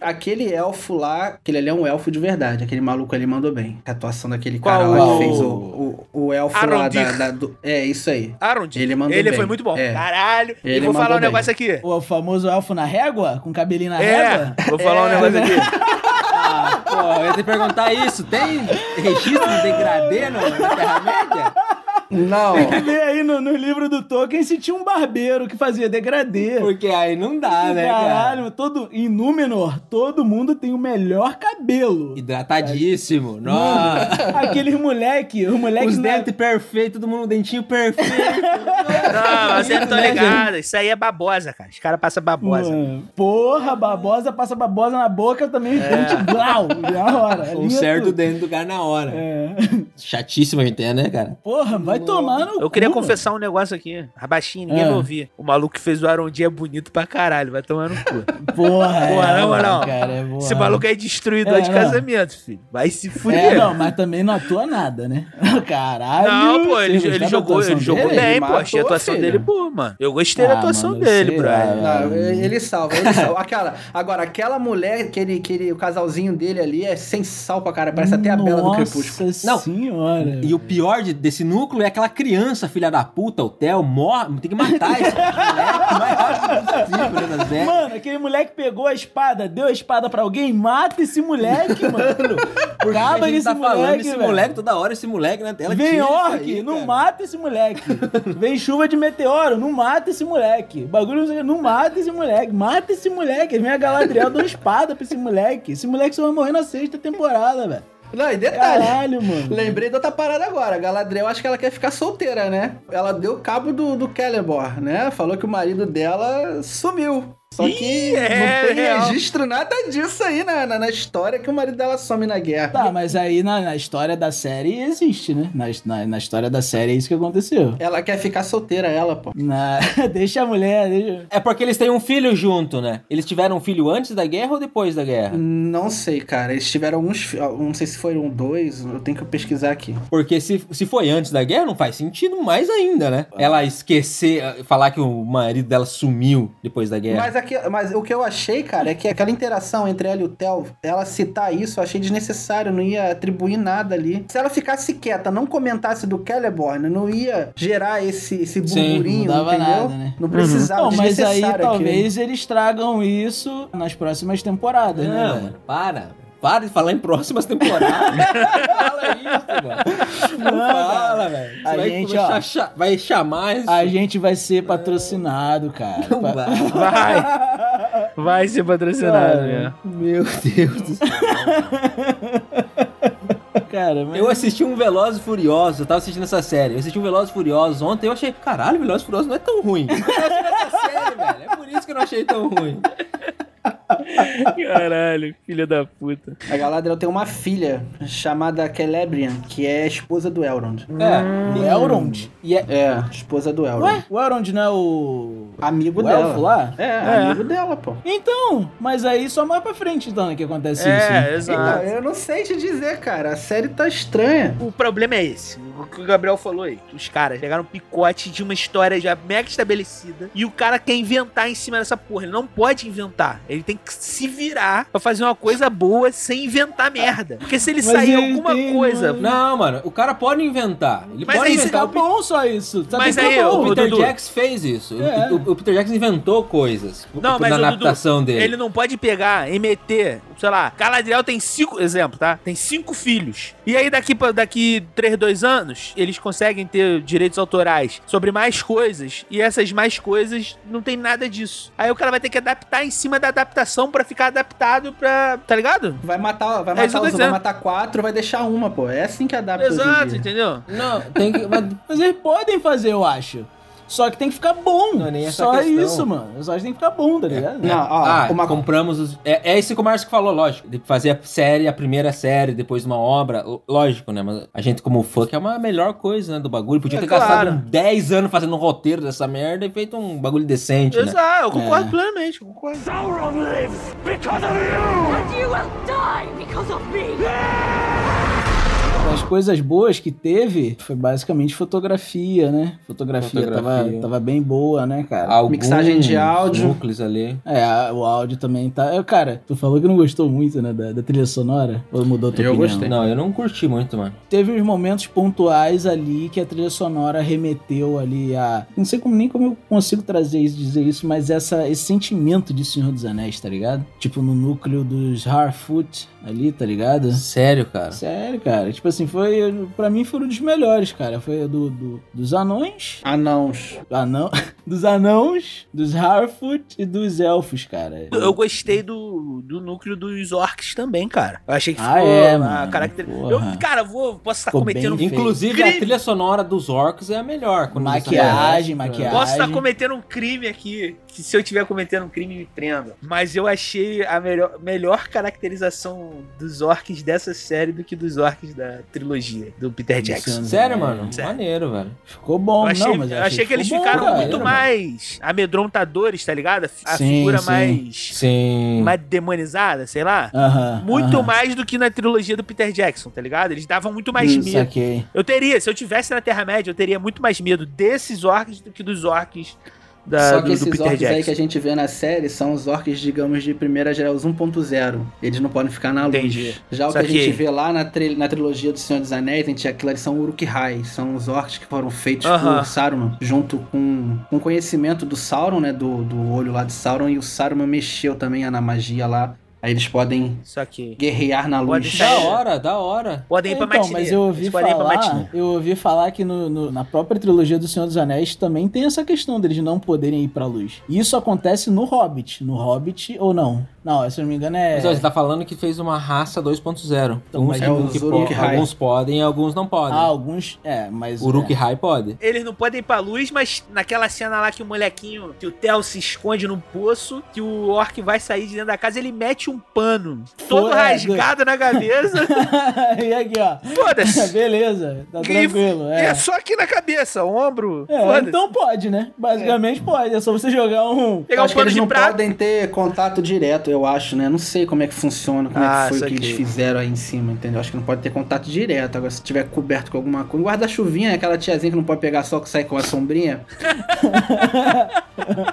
Aquele elfo lá, aquele ali é um elfo de verdade. Aquele maluco ali mandou bem. A atuação daquele
Qual
cara lá
o-
que fez o, o, o elfo lá da,
Arondir.
da- do- É, isso aí.
Arond.
Ele mandou
Ele
bem.
foi muito bom.
É.
Caralho.
Ele
e vou falar um
mandou bem.
negócio aqui.
O famoso elfo na régua? Com cabelinho na régua?
É, vou falar um negócio aqui.
Ah, pô, eu ia te perguntar isso. Tem registro de degradê no- na Terra-média?
Não.
Vê aí no, no livro do Tolkien se tinha um barbeiro que fazia degradê.
Porque aí não dá, né, cara?
Caralho, todo, em Númenor, todo mundo tem o melhor cabelo.
Hidratadíssimo.
Mano, é
Nossa.
aquele moleque, o moleque
Os
na-
dentes perfeitos, todo mundo, dentinho perfeito.
Não, mas eu não tô ligado. Isso aí é babosa, cara. Os caras passam babosa.
Mano, Hum, porra, babosa, passa babosa na boca também, dente blau, na hora.
Um
linha
certo
tudo.
dentro do cara na hora.
É.
Chatíssimo a gente é, né, cara?
Porra, vai tomar no
Eu queria
cu,
confessar um negócio aqui. Abaixinho, ninguém
É.
vai ouvir. O maluco que fez o Arondi é bonito pra caralho. Vai tomar no cu.
mano. Porra, é,
Porra, na
mano,
moral.
cara, é boa.
Esse maluco é destruidor
É,
de
não.
casamento, filho. Vai se fuder.
É, não, mas também não atua nada, né? Caralho.
Não, pô, ele,
vocês
ele
gostaram da
jogou,
atuação
ele jogou
dele?
Ele
bem, pô. Achei a
matou,
atuação
filho.
dele boa, mano. Eu gostei da
Ah,
atuação
mano,
dele,
sei
brother.
lá,
Não, ele salva, ele salva. Aquela, agora, aquela mulher, aquele, aquele, o casalzinho dele ali é sem sal pra cara, parece até a Bela do Crepúsculo.
Nossa
Não.
senhora.
E o pior de- desse núcleo é aquela criança, filha da puta, o Theo, morre. Tem que matar esse moleque o mais rápido possível, né, das velhas.
Mano, aquele moleque pegou a espada, deu a espada pra alguém Alguém mata esse moleque, mano.
Por que
Acaba
a gente
esse
tá falando
moleque,
esse
velho.
moleque toda hora, esse moleque na tela.
Vem
tira isso
orc,
aí,
não
cara.
mata esse moleque. Vem chuva de meteoro, não mata esse moleque. Bagulho, não sei o quê, não mata esse moleque. Mata esse moleque. Vem a Galadriel, dá uma espada pra esse moleque. Esse moleque só vai morrer na sexta temporada, velho.
Não, e detalhe.
Caralho, mano.
Lembrei da outra parada agora. A Galadriel, acho que ela quer ficar solteira, né? Ela deu cabo do, do Celeborn, né? Falou que o marido dela sumiu. Só que
é
não tem
real.
registro nada disso aí na, na, na história que o marido dela some na guerra.
Tá, mas aí na, na história da série existe, né? Na, na, na história da série é isso que aconteceu.
Ela quer ficar solteira, ela, pô.
Na- deixa a mulher, deixa...
É porque eles têm um filho junto, né? Eles tiveram um filho antes da guerra ou depois da
Hum.
guerra?
Não sei, cara. Eles tiveram alguns. fi- Não sei se foram dois. Eu tenho que pesquisar aqui.
Porque se, se foi antes da guerra, não faz sentido mais ainda, né? Ela esquecer, eh, falar que o marido dela sumiu
É.
depois da guerra.
Mas, aqui, mas o que eu achei, cara, é que aquela interação entre ela e o Theo, ela citar isso, eu achei desnecessário, não ia atribuir nada ali. Se ela ficasse quieta, não comentasse do Celeborn, não ia gerar esse, esse
Sim, não
burburinho,
dava
entendeu?
nada, né?
Não precisava,
Bom, mas aí
desnecessário aquilo.
talvez eles tragam isso nas próximas temporadas, né?
Não,
velho?
É, mano, para. Para de falar em próximas temporadas. fala isso, mano. Não, fala, velho.
A
Você vai
gente,
começar
ó.
a cha- vai chamar isso.
A gente vai ser patrocinado, cara.
É. Não
Pa-
vai.
Vai! Vai ser patrocinado, né?
Meu Deus do céu.
Cara, mas...
Eu assisti um Veloz e Furioso, eu tava assistindo essa série. Eu assisti um Veloz e Furioso ontem eu achei, caralho, Veloz e Furioso não é tão ruim. Eu assisti essa série, velho. É por isso que eu não achei tão ruim.
Caralho, filha da puta.
A Galadriel tem uma filha chamada Celebrian, que é a esposa do Elrond.
É.
O Elrond?
E é,
É, esposa do Elrond.
Ué? O Elrond não é o...
Amigo
o
dela.
elfo lá?
É,
É.
amigo dela, pô.
Então, mas aí só mais pra frente, então, né, que acontece isso.
é,
né?
Então,
exato.
eu não sei te dizer, cara. A série tá estranha.
O problema é esse. O que o Gabriel falou aí. Os caras pegaram um picote de uma história já mega estabelecida e o cara quer inventar em cima dessa porra. Ele não pode inventar. Ele tem que se virar pra fazer uma coisa boa sem inventar merda. Porque se ele
Mas
sair
eu
alguma
entendo,
coisa.
Não, mano, o cara pode inventar. Ele
Mas
pode
aí você-
inventar.
Tá
O Pe-
bom só isso. Tá
Mas
tá
aí,
bom.
O
ô,
Peter
Dudu.
Jackson fez isso. O-
É.
O, o Peter Jackson inventou coisas
Não,
na
mas, ô, Dudu,
adaptação dele.
Ele não pode pegar e meter, sei lá, Galadriel tem cinco, exemplo, tá? Tem cinco filhos. E aí daqui pra- daqui 3, 2 anos, eles conseguem ter direitos autorais sobre mais coisas, e essas mais coisas não tem nada disso. Aí o cara vai ter que adaptar em cima da adaptação pra ficar adaptado pra, tá ligado?
Vai matar, vai
É
matar
isso que eu tô
os, vai
dizendo.
matar quatro, vai deixar uma, pô. É assim que adapta hoje
Exato,
em dia.
entendeu?
Não, tem que. mas-
Mas eles podem fazer, eu acho. Só que tem que ficar bom.
Não, nem essa
só
questão. É.
isso, mano. Só que tem que ficar bom, tá ligado?
Não, ó,
ah,
uma
compramos os. É, é esse que o Márcio falou, lógico. De fazer a série, a primeira série, depois uma obra. l- Lógico, né? Mas a gente, como fã, que é uma melhor coisa, né? Do bagulho. Podia
É,
ter
claro.
gastado uns 10 anos fazendo um roteiro dessa merda e feito um bagulho decente, né?
Exato, eu concordo
É.
plenamente, eu concordo.
Sauron lives because of you!
And you will die because of me!
As coisas boas que teve foi basicamente fotografia, né? Fotografia,
Fotografia.
Tava, tava bem boa, né, cara?
Alguns
Mixagem de áudio.
núcleos ali.
É, a- o áudio também tá. Eu, cara, tu falou que não gostou muito, né, da, da trilha sonora? Ou mudou tua
Eu
opinião?
gostei.
Não, eu não curti muito, mano.
Teve uns momentos pontuais ali que a trilha sonora remeteu ali a. Não sei como, nem como eu consigo trazer isso, dizer isso, mas essa, esse sentimento de Senhor dos Anéis, tá ligado? Tipo no núcleo dos Harfoot ali, tá ligado?
Sério, cara.
Sério, cara. Tipo assim, foi. Pra mim foram dos melhores, cara. Foi do, do- dos anões.
anãos.
Anão. Dos anões, dos Harfoot e dos elfos, cara.
Eu eu gostei do, do núcleo dos orcs também, cara. Eu achei que
Ah,
ficou
é,
uma
mano.
caracter-
Porra.
Eu, cara, vou, posso estar
Ficou
cometendo um
bem
Inclusive, a
Incrível.
trilha sonora dos orcs é a melhor. quando você tá
Maquiagem,
vai-
maquiagem.
Posso estar cometendo um crime aqui, que se eu estiver cometendo um crime, me prenda. Mas eu achei a melhor, melhor caracterização dos orcs dessa série do que dos orcs da trilogia do Peter Jackson.
Sério, mano?
Sério.
Maneiro, velho.
Ficou é um bom,
Eu achei,
não, mas
eu achei que eles
ficou bom,
ficaram
cara.
muito mais amedrontadores, tá ligado? A
Sim,
figura
sim.
mais,
Sim.
mais demonizada, sei lá.
Aham,
Muito
aham.
mais do que na trilogia do Peter Jackson, tá ligado? Eles davam muito mais
Hum,
medo.
Saquei.
Eu teria, se eu tivesse na Terra-média, eu teria muito mais medo desses orcs do que dos orcs da,
Só
do,
que
do
esses
Peter
orcs
Jackson.
aí que a gente vê na série são os orcs, digamos, de primeira geração 1.0. Eles não podem ficar na luz.
Entendi.
Já o que
Saquei.
a gente vê lá na, tri- na trilogia do Senhor dos Anéis, a gente tinha aquilo ali, são Uruk-hai. São os orcs que foram feitos
Aham.
por Saruman, junto com com o conhecimento do Sauron, né? Do, do olho lá de Sauron. E o Saruman mexeu também na magia lá Aí eles podem
Só que.
guerrear na
Pode
luz.
sair.
Da hora, da hora.
Podem ir pra
então,
matinê.
mas eu ouvi
Eles podem ir pra matinê.
falar, eu ouvi falar que no- no- na própria trilogia do Senhor dos Anéis também tem essa questão deles não poderem ir pra luz. E isso acontece no Hobbit, no Hobbit ou não? Não, se eu não me engano é
Mas ó, você tá falando que fez uma raça 2.0.
Então,
Uns
mas
é o
que po-
Uruk-hai.
alguns podem e alguns não podem.
ah, alguns, é, mas
o Uruk Hai pode.
Eles não podem ir pra luz, mas naquela cena lá que o molequinho, que o Theo se esconde num poço, que o orc vai sair de dentro da casa, ele mete um pano todo
Foi, é,
rasgado na cabeça.
é. E aqui, ó.
Foda-se.
Beleza, tá
Grifo.
tranquilo.
É.
É.
só aqui na cabeça, ombro.
É,
foda-se.
então pode, né? Basicamente pode. É só você jogar um.
Pegar um
acho que
pano
eles
de
não
prata.
podem ter contato direto, eu acho, né? Não sei como é que funciona, como
Ah,
é que foi o que
saquei.
eles fizeram aí em cima, entendeu? Acho que não pode ter contato direto. Agora, se tiver coberto com alguma coisa. Guarda-chuvinha, né? aquela tiazinha que não pode pegar sol que sai com a sombrinha.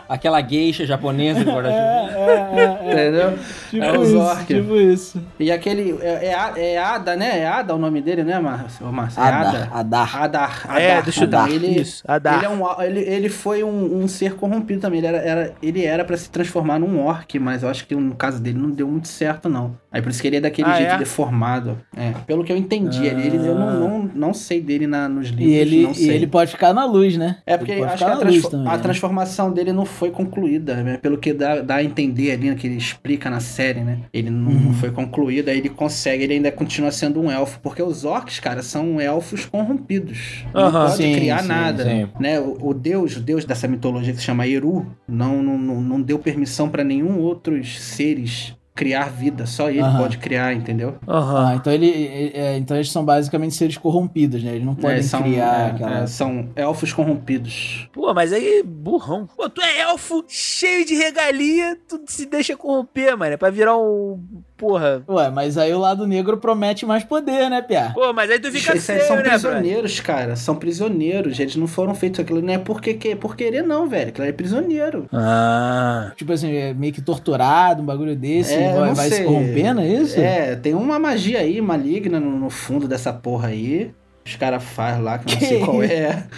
Aquela geisha japonesa de
É,
guarda-chuva.
é, é, é.
Entendeu?
um
Tipo
É os
isso.
orc.
Tipo isso.
E aquele. É, é, A- é Ada, né? É Ada o nome dele, né, Márcio? Ô, Márcio, É Ada.
Adar, Adar.
Adar.
Ah, é, deixa eu
Adar.
dar.
Ele,
Isso, Adar.
Ele, é um, ele, ele foi um, um ser corrompido também. Ele era, era, ele era pra se transformar num orc, mas eu acho que no caso dele não deu muito certo, não. Aí por isso que ele é daquele
Ah,
jeito
é?
deformado. É, pelo que eu entendi, ele, ele- eu não, não, não sei dele na, nos livros.
Ah. E ele,
não
e
sei.
ele pode ficar na luz, né?
É porque
Ele pode
acho que
ficar
a,
na
transfo-
luz também,
a
né?
transformação dele não foi concluída, né? Pelo que dá, dá a entender ali, né, que ele explica na série, né? Ele não, não
Uhum.
foi concluído, aí ele consegue, ele ainda continua sendo um elfo. Porque os orcs, cara, são elfos corrompidos. Não
Aham.
pode
Sim,
criar
sim,
nada,
sim.
né? O, o deus, o deus dessa mitologia que se chama Eru, não, não, não, não deu permissão pra nenhum outros seres criar vida. Só ele
Aham.
pode criar, entendeu?
Aham.
Ah, então ele, ele- é, então eles são basicamente seres corrompidos, né? Eles não podem
É, são,
criar
é,
aquela.
é, são elfos corrompidos.
Pô, mas aí, burrão. Pô, tu é elfo, cheio de regalia, tu se deixa corromper, mano. É pra virar um. Porra.
Ué, mas aí o lado negro promete mais poder, né, Pia?
Pô, mas aí tu fica
Esses aí
feio,
são
né, brother?
prisioneiros, cara. São prisioneiros. Eles não foram feitos aquilo. Não é porque, que- por querer, não, velho. Aquilo é prisioneiro.
Ah.
Tipo assim, é meio que torturado, um bagulho desse,
É,
vai,
não
vai se
sei.
corrompendo, é isso?
É, tem uma magia aí maligna no, no fundo dessa porra aí. Os caras fazem lá, que eu não sei
Que
qual é.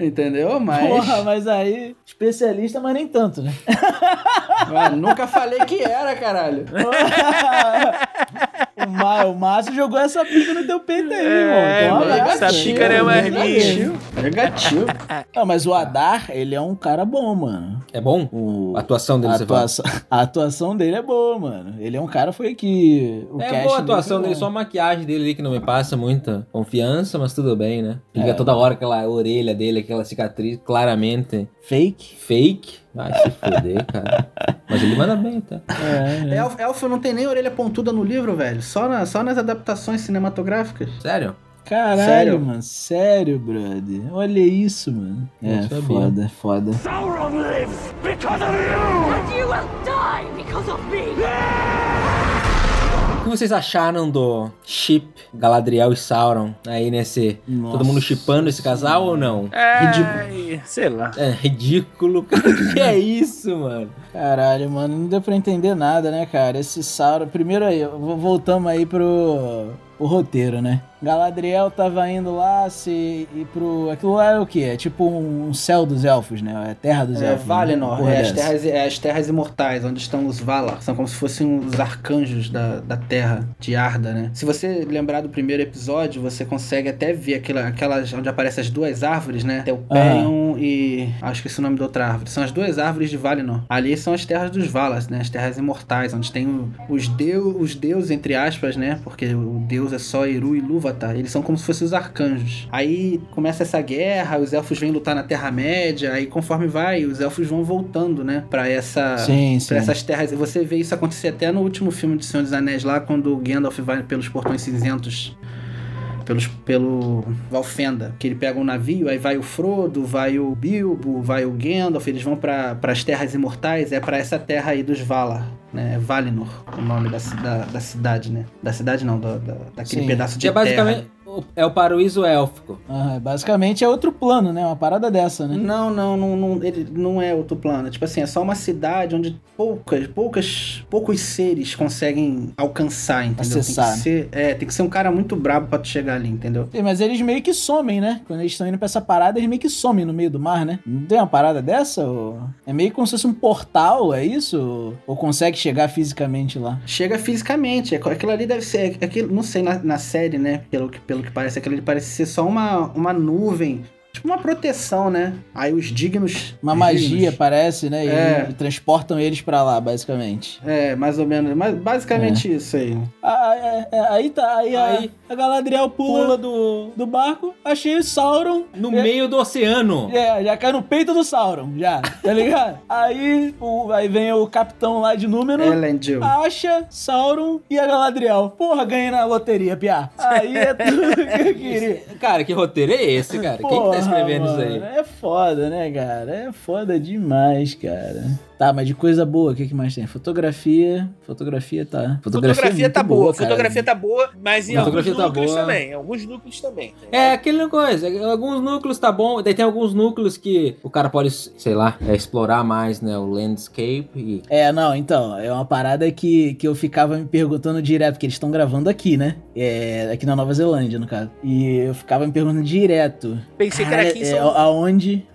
Entendeu? Mas.
Porra, mas aí, especialista, mas nem tanto, né?
Ué, nunca falei que era, caralho.
o, Ma, o Márcio jogou essa pica no teu peito aí,
É,
irmão. Então,
mano,
abraço.
essa pica não é mais
Negativo. Negativo.
Não, mas o Adar, ele é um cara bom, mano.
É bom?
O...
A atuação dele,
A
você fala.
atuação, a atuação dele é boa, mano. Ele é um cara foi que o
É
casting
boa a atuação
foi
dele,
bom.
só a maquiagem dele ali que não me passa muita confiança, mas tudo bem, né? Fica
É.
toda hora aquela orelha dele, aquela cicatriz claramente
fake.
fake. Vai se foder, cara. Mas ele manda bem, tá?
É,
Elfo, elfo não tem nem orelha pontuda no livro, velho. Só, na- só nas adaptações cinematográficas.
Sério?
Caralho,
Sério?
mano. Sério, brother. Olha isso, mano.
Não
É,
sabia.
foda, foda.
Sauron lives because of you!
And you will die because of me!
O que vocês acharam do chip Galadriel e Sauron aí nesse.
Nossa
todo mundo chipando esse casal ou não?
É. Sei lá.
É ridículo, cara. que é isso, mano?
Caralho, mano, não deu pra entender nada, né, cara? Esse Sauron. Primeiro aí, vo- voltamos aí pro, pro roteiro, né? Galadriel tava indo lá se e pro. Aquilo lá é o quê? É tipo um céu dos elfos, né? É terra dos
É,
elfos.
Valinor,
Porra
é as,
dessa.
terras, é as terras imortais, onde estão os Valar. São como se fossem os arcanjos da, da terra, de Arda, né? Se você lembrar do primeiro episódio, você consegue até ver aquela, aquelas onde aparecem as duas árvores, né? Tem o Pelion e... acho que esse é o nome da outra árvore. São as duas árvores de Valinor. Ali são as terras dos Valar, né? As terras imortais, onde tem o- os, deu, os deuses, entre aspas, né? Porque o deus é só Eru e Lúvatar. Eles são como se fossem os arcanjos. Aí começa essa guerra, os elfos vêm lutar na Terra-média, aí conforme vai, os elfos vão voltando, né? Pra essa...
Sim, sim.
Pra essas terras, e você vê isso acontecer até no último filme de Senhor dos Anéis, lá quando o Gandalf vai pelos portões cinzentos, pelos, pelo Valfenda, que ele pega um navio, aí vai o Frodo, vai o Bilbo, vai o Gandalf, eles vão para as terras imortais, é pra essa terra aí dos Valar, né? É Valinor, o nome da, ci- da, da cidade, né? Da cidade não, da, da- daquele
Sim.
pedaço de
Que é basicamente.
terra.
o- é o paraíso élfico.
Ah, basicamente é outro plano, né? Uma parada dessa, né?
Não, não, não, não, ele não é outro plano. Tipo assim, é só uma cidade onde poucas, poucas, poucos seres conseguem alcançar, entendeu?
Acessar.
Tem que ser, é, tem que ser um cara muito brabo pra tu chegar ali, entendeu?
Sim, Mas eles meio que somem, né? Quando eles estão indo pra essa parada, eles meio que somem no meio do mar, né? Não tem uma parada dessa? Ou... É meio como se fosse um portal, é isso? Ou consegue chegar fisicamente lá?
Chega fisicamente, é co- aquilo ali deve ser, é- aquilo, não sei na, na série, né? Pelo que, pelo que parece, aquilo ali parece ser só uma, uma nuvem, tipo uma proteção, né? Aí os dignos.
Uma
dignos,
magia, parece, né? E
É.
e transportam eles pra lá, basicamente.
É, mais ou menos, mas basicamente
É.
isso aí.
Ah, é, é, aí tá, aí, a-
Aí-
a Galadriel pula,
Pula do.
do barco, achei o Sauron.
no
É.
meio do oceano.
É, já cai no peito do Sauron, já, tá ligado? aí, o- aí vem o capitão lá de
É,
número.
Elendil.
Acha, Sauron e a Galadriel. Porra, ganhei na loteria, piá. Aí é tudo que eu queria.
Cara, que roteiro é esse, cara? Quem que
Porra,
tá escrevendo
mano,
isso aí?
É foda, né, cara? É foda demais, cara. Tá, mas de coisa boa, o que, que mais tem? Fotografia. Fotografia tá.
Fotografia,
é muito
tá boa,
cara.
fotografia tá boa, mas em alguns
Fotografia tá
núcleos
boa.
também. em Alguns núcleos também. tá
É,
ligado?
aquele coisa, alguns núcleos tá bom, daí tem alguns núcleos que o cara pode, sei lá, é, explorar mais, né, o landscape e...
É, não, então, é uma parada que, que eu ficava me perguntando direto, porque eles estão gravando aqui, né? É, aqui na Nova Zelândia, no caso. E eu ficava me perguntando direto.
Pensei que
"Caralho,
era aqui em
é,
São
aonde?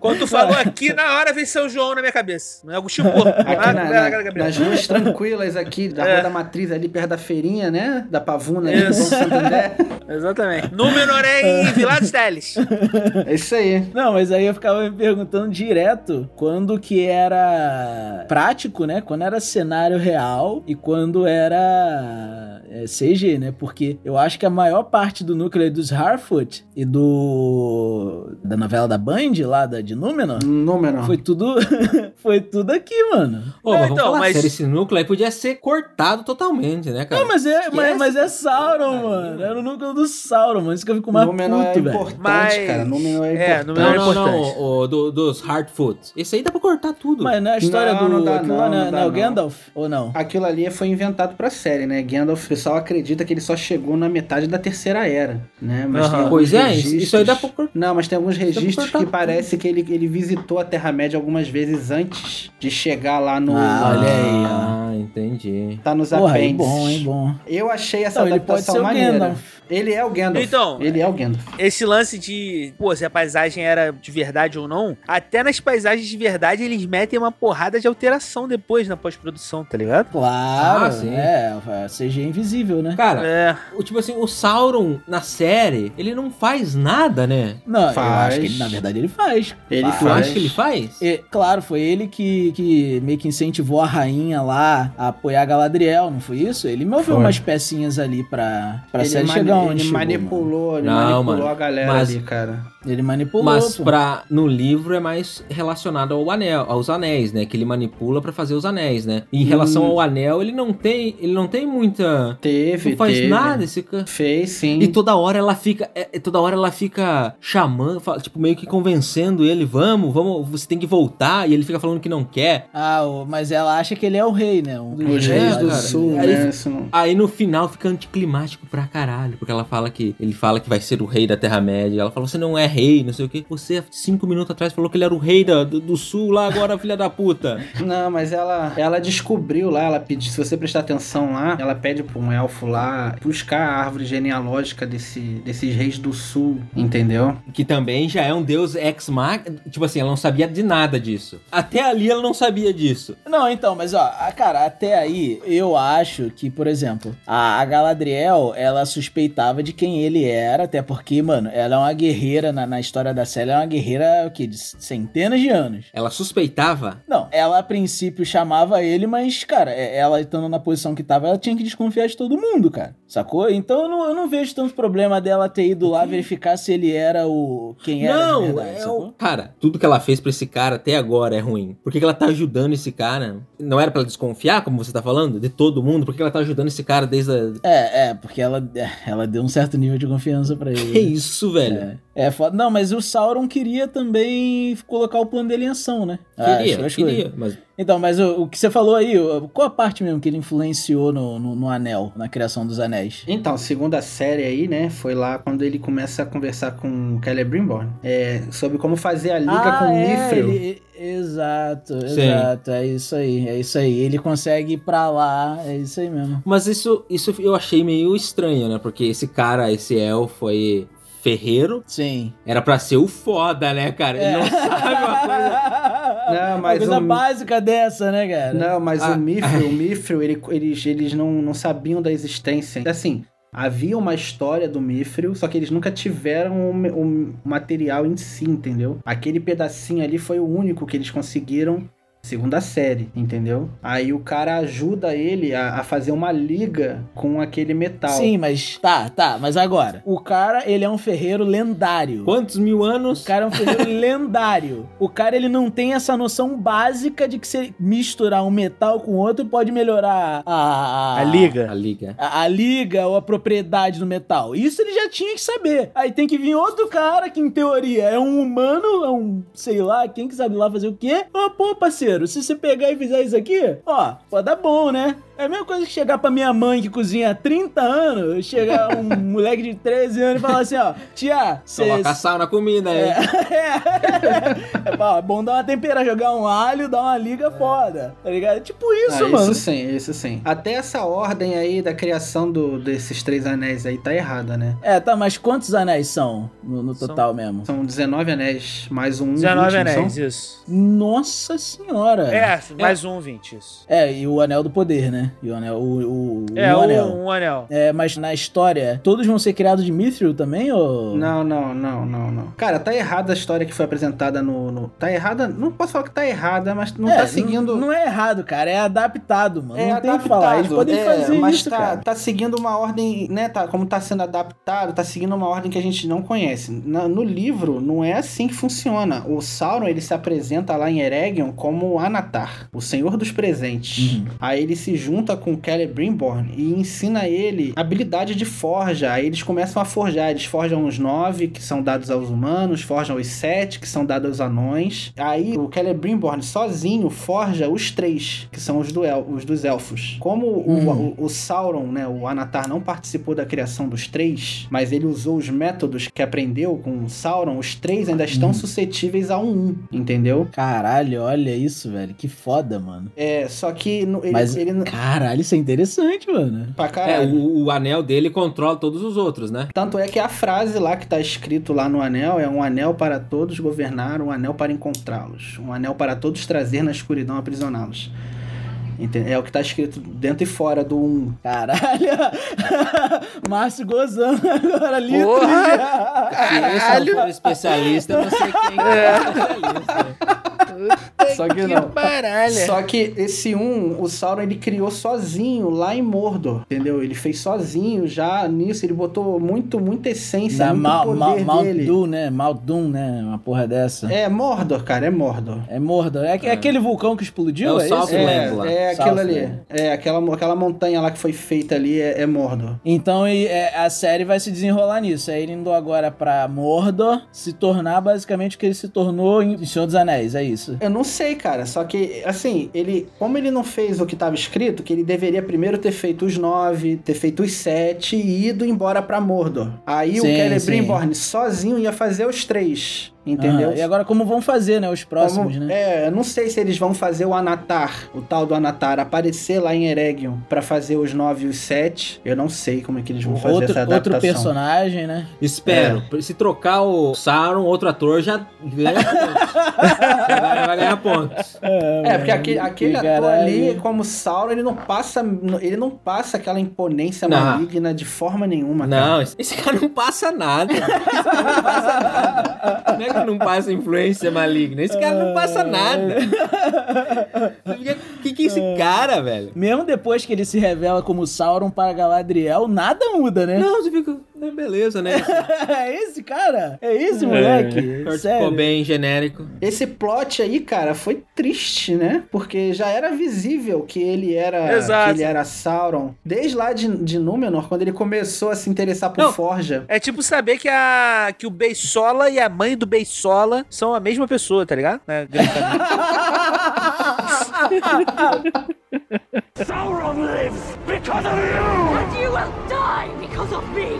Quando tu falou aqui, na hora veio São João na minha cabeça. Não é Agostinho Porto.
Aqui
Ah,
na-
não,
na-
não, Gabriel.
nas ruas tranquilas aqui, da
É.
Rua da Matriz, ali perto da feirinha, né? Da Pavuna, ali, do
Isso.
Bom Santander.
Exatamente. Númenor é em Vilados Teles.
É isso aí.
Não, mas aí eu ficava me perguntando direto quando que era prático, né? Quando era cenário real e quando era é, CG, né? Porque eu acho que a maior parte do núcleo dos Harfoot e do da novela da Band lá da de Númenor
Número.
foi tudo foi tudo aqui, mano.
Ô,
É,
mas vamos
então,
falar
mas-
sério, esse núcleo aí podia ser cortado totalmente, né, cara?
Não, mas é, mas,
esquece.
mas
tá
é Sauron,
Caralho,
mano.
mano.
Era o núcleo do Sauron, mano. Isso que eu fico mais puto,
Número é
velho.
importante,
Mas-
cara. Número é
É,
importante.
número
Não,
é
não,
importante.
não, o, do- dos Hardfoot. Esse aí dá pra cortar tudo.
Mas não é a história
Não,
do.
não dá
aquilo
não,
lá não, é-
não
não
dá
é o
não.
Gandalf? Ou não?
Aquilo ali foi inventado pra série, né? Gandalf, o pessoal acredita que ele só chegou na metade da Terceira Era, né? Mas
Aham.
tem alguns
Pois é, isso-
registros-
isso aí dá pra cortar.
Não, mas tem alguns
pra
registros
cortar
que
tudo.
parece que ele, ele visitou a Terra-média algumas vezes antes de chegar lá no...
Ah, olha aí, ó.
Ah, entendi.
Tá nos
Porra, aí
apêndices.
bom, hein, bom.
Eu achei essa
Então, ele pode
adaptação
ser o
maneira.
Gandalf.
Ele é o Gandalf.
Então,
ele é o Gandalf.
Esse lance de, pô, se a paisagem era de verdade ou não, até nas paisagens de verdade eles metem uma porrada de alteração depois na pós-produção, tá ligado?
Claro,
Ah, sim.
é, a CG é invisível, né?
Cara,
É,
o, tipo assim, o Sauron na série, ele não faz nada, né?
Não, eu
Faz.
acho que ele, na verdade ele faz.
Ele
Tu acha que ele faz?
E, claro, foi ele que, que meio que incentivou a rainha lá a apoiar a Galadriel, não foi isso? Ele moveu umas pecinhas ali pra, pra série
mani-
chegar onde
ele
chegou, mano.
manipulou, ele
Não,
manipulou
mano,
a galera
mas-
ali, cara.
Ele manipulou,
Mas
pô.
pra, no livro é mais relacionado ao anel, aos anéis, né? Que ele manipula pra fazer os anéis, né? E em relação
Hum.
ao anel, ele não tem, ele não tem muita,
Teve,
não faz
teve.
nada esse cara.
Fez, sim.
E toda hora ela fica, é, é, toda hora ela fica chamando, fala- tipo meio que convencendo ele, vamos, vamos, você tem que voltar, e ele fica falando que não quer.
Ah, o- mas ela acha que ele é o rei, né? Um dos
Os
É,
reis
lá
do
da-
cara.
sul,
Aí-
né? Isso não-
Aí no final fica anticlimático pra caralho, porque ela fala que ele fala que vai ser o rei da Terra-média. Ela fala, você não é rei, não sei o que. Você há cinco minutos atrás falou que ele era o rei da- do, do sul lá agora, filha da puta.
Não, mas ela, ela descobriu lá, ela pediu, se você prestar atenção lá, ela pede pra um elfo lá buscar a árvore genealógica desse, desses reis do sul, entendeu?
Que também já é um deus ex machina. Tipo assim, ela não sabia de nada disso. Até ali ela não sabia disso.
Não, então, mas ó, a- cara, até aí eu acho que, por exemplo, a, a Galadriel, ela suspeitava de quem ele era, até porque, mano, ela é uma guerreira na, na história da série, ela é uma guerreira, o quê, de centenas de anos.
Ela suspeitava.
Não, ela a princípio chamava ele, mas, cara, é- ela estando na posição que tava, ela tinha que desconfiar de todo mundo, cara. Sacou? Então eu não, eu não vejo tanto problema dela ter ido lá verificar se ele era o. quem era de
não,
verdade,
é
sacou?
o... cara, tudo que ela fez pra esse cara até agora é ruim. Por que, que ela tá ajudando esse cara? Não era pra ela desconfiar, como você tá falando, de todo mundo? Por que, que ela tá ajudando esse cara desde a...
É, é, porque ela, ela deu um certo nível de confiança pra ele.
Que isso, velho?
É, é foda. Não, mas o Sauron queria também colocar o plano dele em ação, né? Ah,
Queria,
acho que-
queria, mas
Então, mas o, o que você falou aí, o- qual a parte mesmo que ele influenciou no, no, no Anel, na criação dos anéis?
Então, segunda série aí, né? Foi lá quando ele começa a conversar com o Celebrimbor. É, sobre como fazer a liga com o Mithril.
Ah, é, ele- Exato,
Sim.
exato, é isso aí, é isso aí. Ele consegue ir pra lá, é isso aí mesmo.
Mas isso, isso eu achei meio estranho, né? Porque esse cara, esse elfo aí, ferreiro,
Sim.
era pra ser o foda, né, cara?
É.
Ele não sabe uma coisa.
Não,
Uma
mas
coisa
o-
básica dessa, né, cara?
Não, mas
Ah.
o Mithril, o Mithril, ele- eles, eles não, não sabiam da existência. Assim, havia uma história do Mithril, só que eles nunca tiveram o, me- o material em si, entendeu? Aquele pedacinho ali foi o único que eles conseguiram. Segunda série, entendeu? Aí o cara ajuda ele a, a fazer uma liga com aquele metal.
Sim, mas tá, tá, mas agora. O cara, ele é um ferreiro lendário.
Quantos mil
O
anos?
cara é um ferreiro lendário. O cara, ele não tem essa noção básica de que se misturar um metal com outro pode melhorar Ah, a...
A liga.
A liga.
A, a liga ou a propriedade do metal. Isso ele já tinha que saber. Aí tem que vir outro cara que, em teoria, é um humano, é um, sei lá, quem que sabe lá fazer o quê. Ó, pô, parceiro, se você pegar e fizer isso aqui, ó, pode dar bom, né? É a mesma coisa que chegar pra minha mãe que cozinha há 30 anos, chegar um moleque de 13 anos e falar assim, ó, tia, você...
Coloca sal na comida, hein?
É, é bom- é bom dar uma tempera, jogar um alho, dar uma liga foda, tá ligado? É Tipo isso,
Ah,
mano.
Isso sim, isso sim. Até essa ordem aí da criação do, desses três anéis aí tá errada, né?
É, tá, mas quantos anéis são no, no
São-
total mesmo?
São 19 anéis, mais um
19
20, não são?
anéis, isso.
Nossa senhora!
É, mais um 20, isso.
É, e o Anel do Poder, né? E o Anel. O, o,
É,
o Anel.
um anel. Um anel.
É, mas na história, todos vão ser criados de Mithril também, ou.
Não, não, não, não, não. Cara, tá errada a história que foi apresentada no. no- tá errada. Não posso falar que tá errada, mas não
É,
tá seguindo.
Não, não é errado, cara. É adaptado, mano.
é
não tem o
adaptado,
que falar. Eles podem
é,
fazer
mas
isso,
tá,
cara.
tá seguindo uma ordem, né? Tá, como tá sendo adaptado, tá seguindo uma ordem que a gente não conhece. Na- no livro, não é assim que funciona. O Sauron, ele se apresenta lá em Eregion como Anatar, o Senhor dos Presentes.
Uhum.
Aí ele se junta com Celebrimborn e ensina ele habilidade de forja. Aí eles começam a forjar. Eles forjam os nove, que são dados aos humanos, forjam os sete, que são dados aos anões. Aí o Celebrimborn sozinho forja os três, que são os, do el- os dos elfos. Como o-
Uhum.
o, o Sauron, né, o Anatar, não participou da criação dos três, mas ele usou os métodos que aprendeu com o Sauron, os três ainda estão
Uhum.
suscetíveis a um, entendeu?
Caralho, olha isso, velho. Que foda, mano.
É, só que no- ele,
Mas-
ele
Caralho, isso é interessante, mano.
pra
É,
caralho.
o, o anel dele controla todos os outros, né?
Tanto é que a frase lá que tá escrito lá no anel é um anel para todos governar, um anel para encontrá-los, um anel para todos trazer na escuridão aprisioná-los. Ente- É o que tá escrito dentro e fora do um.
Caralho! Márcio gozando agora ali.
Se eu não for especialista, eu não sei quem que é especialista.
É.
Só que não. Só que esse um, o Sauron, ele criou sozinho lá em Mordor, entendeu? Ele fez sozinho já nisso, ele botou muito, muita essência,
Na
é muito
Mal,
poder
Mal,
dele.
Maldum, né? Maldum, né? Uma porra dessa. É,
É Mordor, cara, é Mordor.
Mordor. É, que- é aquele vulcão que
É
explodiu,
o
é,
South
isso?
Lake. Land lá.
É, é
South
aquilo ali.
Land.
É, aquela, mo- aquela montanha lá que foi feita ali é, é Mordor.
Então e, é, a série vai se desenrolar nisso. É ele indo agora pra Mordor, se tornar basicamente o que ele se tornou em Senhor dos Anéis, é isso.
Eu não sei, cara. Só que, assim, ele. Como ele não fez o que estava escrito, que ele deveria primeiro ter feito os nove, ter feito os sete e ido embora pra Mordor. Aí o
Sim,
Celebrimbor sozinho ia fazer os três. Entendeu?
Ah, e agora como vão fazer, né? Os próximos,
Como-
né?
É, eu não sei se eles vão fazer o Anatar, o tal do Anatar, aparecer lá em Eregion pra fazer os nove e os sete. Eu não sei como é que eles vão fazer
Outro,
essa adaptação.
outro personagem, né?
Espero. Se trocar o Sauron, outro ator, já ganha pontos. vai, vai ganhar pontos.
É, porque aquele,
Que
aquele ator
caralho.
ali, como Sauron, ele não passa, ele não passa aquela imponência
Não.
maligna de forma nenhuma, cara.
Não, esse esse cara não passa nada. Esse cara não passa nada. Não é que não passa influência maligna. Esse cara não passa nada. Você fica, Que que é esse cara, velho?
Mesmo depois que ele se revela como Sauron para Galadriel, nada muda, né?
Não, você fica... é Beleza, né? Esse
é esse cara? É esse moleque?
corte ficou
Sério?
bem genérico.
Esse plot aí, cara, foi triste, né? Porque já era visível que ele era,
Exato.
que ele era Sauron. Desde lá de, de Númenor, quando ele começou a se interessar por
Não.
Forja.
É tipo saber que, a, que o Beisola e a mãe do Beisola são a mesma pessoa, tá ligado? Né?
Sauron lives because of you!
And you will die because of me!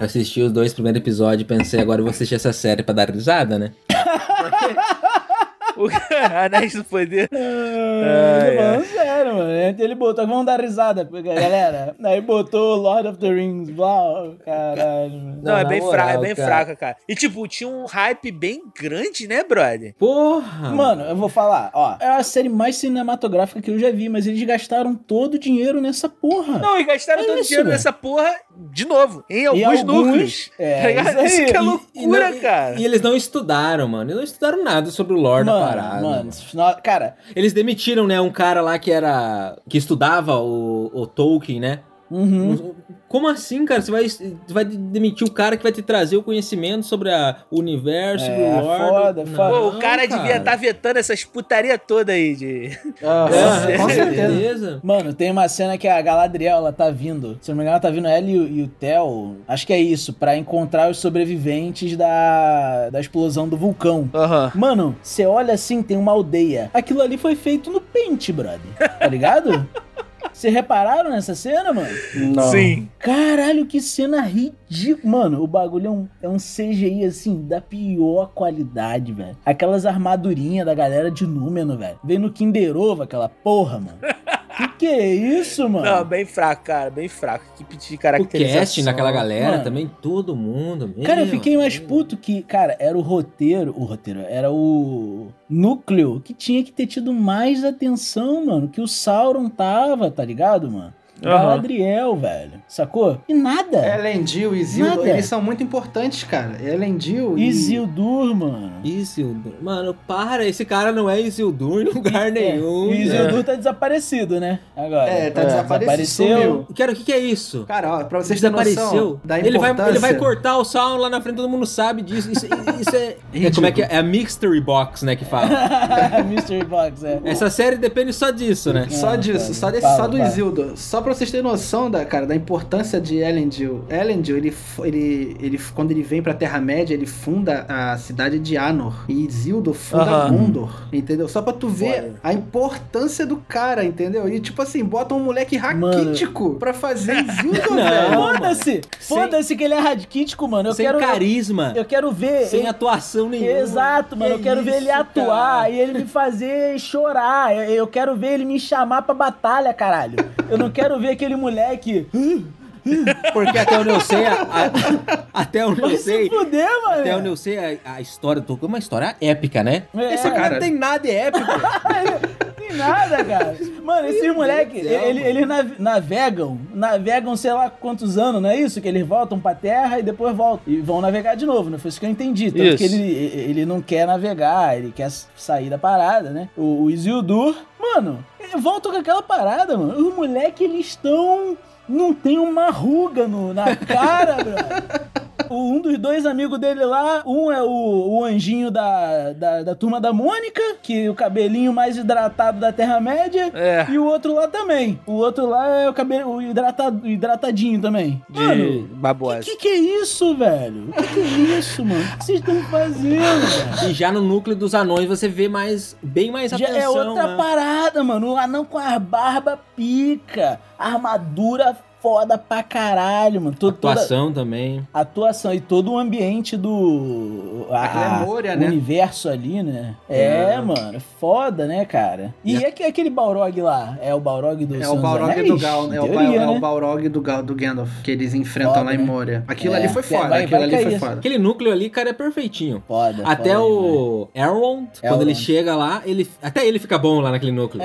Eu assisti os dois primeiros episódios e pensei, agora eu vou assistir essa série pra dar risada, né?
O Anéis do Poder.
Ai, tô falando sério, mano. Ele botou, vamos dar risada, galera. Aí botou Lord of the Rings, blá, caralho, mano.
Não,
Não,
é
na
bem,
moral,
fraca, é bem
cara.
fraca, cara. E, tipo, tinha um hype bem grande, né, brother?
Porra!
Mano, eu vou falar, ó. É a série mais cinematográfica que eu já vi, mas eles gastaram todo o dinheiro nessa porra.
Não, e gastaram
É
todo o
isso,
dinheiro
velho.
nessa porra de novo, em alguns,
E
núcleos.
É,
Tá ligado?
aí.
Isso que é
E-
E
loucura,
não- e-
cara.
E eles não estudaram, mano. Eles não estudaram nada sobre o lore da parada.
Mano, mano, no- cara,
Eles demitiram, né, um cara lá que era. que estudava o, o Tolkien, né?
uhum.
Como assim, cara? Você vai, tu vai demitir o cara que vai te trazer o conhecimento sobre a- o universo, sobre
É,
o lore?
foda,
Não,
foda.
Pô, o cara devia tá estar vetando essas putaria toda aí de.
É,
com
com
certeza.
certeza.
Mano, tem uma cena que a Galadriel, ela tá vindo. Se eu não me engano, ela tá vindo ela e o, e o Theo. Acho que é isso, pra encontrar os sobreviventes da, da explosão do vulcão.
Aham.
Mano, você olha assim, tem uma aldeia. Aquilo ali foi feito no pente, brother. Tá ligado? Vocês repararam nessa cena, mano?
Não.
Sim.
Caralho, que cena ridícula. Mano, o bagulho é um, é um CGI, assim, da pior qualidade, velho. Aquelas armadurinhas da galera de Númeno, velho. Vem no Kinder Ovo, aquela porra, mano. Que que é isso, mano?
Não, bem fraco, cara, bem fraco. Equipe de
O
caracterização.
casting daquela galera
Mano.
também, todo mundo. meu
Cara, eu fiquei mais
Deus.
puto que, cara, era o roteiro, o roteiro, era o núcleo que tinha que ter tido mais atenção, mano, que o Sauron tava, tá ligado, mano? Galadriel, velho, sacou? E nada.
é Elendil, Isildur,
Nada.
eles são muito importantes, cara. Elendil e...
Isildur, mano.
Isildur. Mano, para, esse cara não é Isildur em lugar
O
nenhum. né?
Isildur tá desaparecido, né? Agora.
É, tá desaparecido, sumiu.
Cara, o que, que é isso?
Cara, ó, pra vocês terem
Desapareceu.
noção da
ele, vai,
importância...
ele vai cortar o Sauron lá na frente, todo mundo sabe disso. Isso, isso é, é.
Ridículo.
Como é que é? É a Mystery Box, né? Que fala.
Mystery Box, é.
Essa série depende só disso, né?
Só
Ah,
disso,
cara,
só, desse,
fala,
só do
fala.
Isildur. Só pra vocês terem noção da, cara, da importância de Elendil. Elendil, ele, f- ele, ele, quando ele vem pra Terra-média, ele funda a cidade de Anor. E Isildur funda
Aham.
Gondor, entendeu? Só pra tu ver
Olha.
a importância do cara, entendeu? E tipo assim, bota um moleque
Mano.
raquítico pra fazer Isildur,
Não,
velho.
Foda-se! Foda-se que ele é radquítico, mano. Eu
sem
quero.
carisma,
Eu quero ver.
sem
ele-
atuação nenhuma.
Exato, mano.
Que
eu quero ver ele
isso,
atuar
cara?
e ele me fazer chorar. Eu, eu quero ver ele me chamar pra batalha, caralho. Eu não quero ver aquele moleque.
Porque até onde eu sei, a- a- até onde eu
Vai se
sei. um
fuder, mano.
Até onde eu sei, a, a história do Tolkien é uma história épica, né?
É,
Esse cara-
Não tem nada de épico.
Tem nada, cara. Mano, esses moleques,
do céu,
eles,
mano.
eles nav- navegam, navegam sei lá quantos anos, não é isso? Que eles voltam pra terra e depois voltam. E vão navegar de novo, né? Foi isso que eu entendi. Tanto
Isso.
que ele, ele não quer navegar, ele quer sair da parada, né? O, o Isildur, mano, volta com aquela parada, mano. Os moleques, eles estão... Não tem uma ruga no, na cara, brother. O- Um dos dois amigos dele lá, um é o, o anjinho da, da, da turma da Mônica, que é o cabelinho mais hidratado da Terra-média.
É.
E o outro lá também. O outro lá é o cabelo o hidratado, hidratadinho também.
De
Mano,
babosa.
o que, que é isso, velho? O que, que é isso, mano? O que vocês estão fazendo, velho?
E já no núcleo dos anões você vê mais, bem mais
Já
atenção.
é outra
né?
parada, mano. Um anão com as barba pica, armadura foda pra caralho, mano. Tô, toda-
Atuação também.
atuação e todo o ambiente do a,
Aquela é Moria,
o
né?
universo ali, né? É,
É.
mano, foda, né, cara? E é que- aquele Balrog lá, é o Balrog do
É
Senhor
o
dos
Balrog
Anéis?
do Gal, é o,
Em
Ba-
teoria, né?
é o Balrog do, Gal, do Gandalf, que eles enfrentam
Foda,
lá em
né?
Moria. Aquilo
É,
ali foi
vai-
foda,
vai
aquilo ali
cair
foi
isso.
foda.
Aquele núcleo ali, cara, é perfeitinho.
Foda,
Até
foda, né?
o Elrond, quando ele
Elrond.
chega lá, ele, até ele fica bom lá naquele núcleo.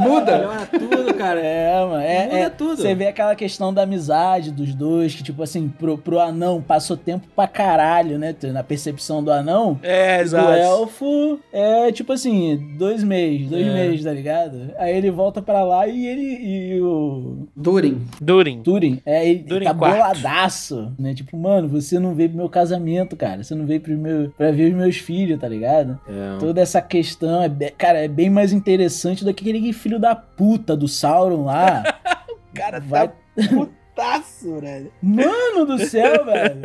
Muda!
Melhora tudo, cara.
É, mano,
Muda
é, é
tudo.
Você vê aquela questão da amizade dos dois, que tipo assim, pro, pro anão passou tempo pra caralho, né? Na percepção do anão,
É,
Do
exato.
elfo é tipo assim, dois meses, dois
É.
meses, tá ligado? Aí ele volta pra lá e ele e o
Durin.
Durin.
Turing, é, ele
Durin
tá
quarto.
boladaço, né? Tipo, mano, você não veio pro meu casamento, cara. Você não veio pro meu, pra ver os meus filhos, tá ligado? Toda essa questão, é, be- cara, é bem mais interessante do que aquele filho da puta do Sauron lá.
O cara
Vai-
tá putaço, velho.
Mano do céu, velho.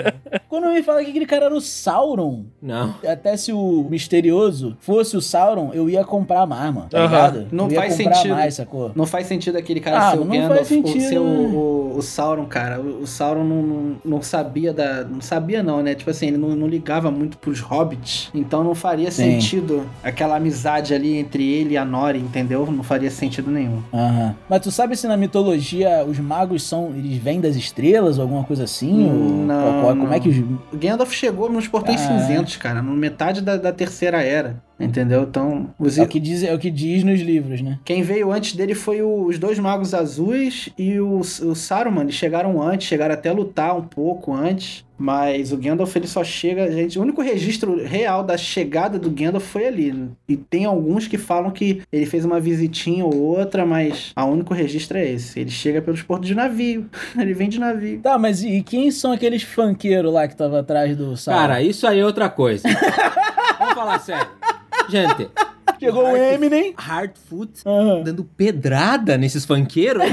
Quando me fala que aquele cara era o Sauron,
Não.
até se o misterioso fosse o Sauron, eu ia comprar mais, mano. Tá
Aham.
ligado?
Não
eu ia
faz
comprar
sentido.
mais, sacou?
Não faz sentido aquele cara
Ah,
ser o
não
Gandalf,
faz sentido,
ou ser o,
né?
o- o Sauron, cara. O, o Sauron não, não, não sabia da... Não sabia não, né? Tipo assim, ele não, não ligava muito pros hobbits. Então não faria
Sim.
sentido aquela amizade ali entre ele e a Nori, entendeu? Não faria sentido nenhum.
Aham. Mas tu sabe se na mitologia os magos são. Eles vêm das estrelas, alguma coisa assim? Ou
Não,
qual- qual- como é
não.
que os.
O Gandalf chegou nos portões
Ah.
cinzentos, cara. No metade da, da terceira era, entendeu? Então, os,
É o, que diz, é o que diz nos livros, né?
Quem veio antes dele foi o- os dois magos azuis e o, o Saruman. Eles chegaram antes, chegaram até a lutar um pouco antes. Mas o Gandalf ele só chega, gente. O único registro real da chegada do Gandalf foi ali. né? E tem alguns que falam que ele fez uma visitinha ou outra, mas o único registro é esse. Ele chega pelos portos de navio. Ele vem de navio.
Tá, mas e, e quem são aqueles funkeiros lá que tava atrás do Sauron?
Cara, isso aí é outra coisa. Vamos falar sério. Gente,
chegou o Eminem.
Hardfoot
Aham.
tá dando pedrada nesses funkeiros. hein?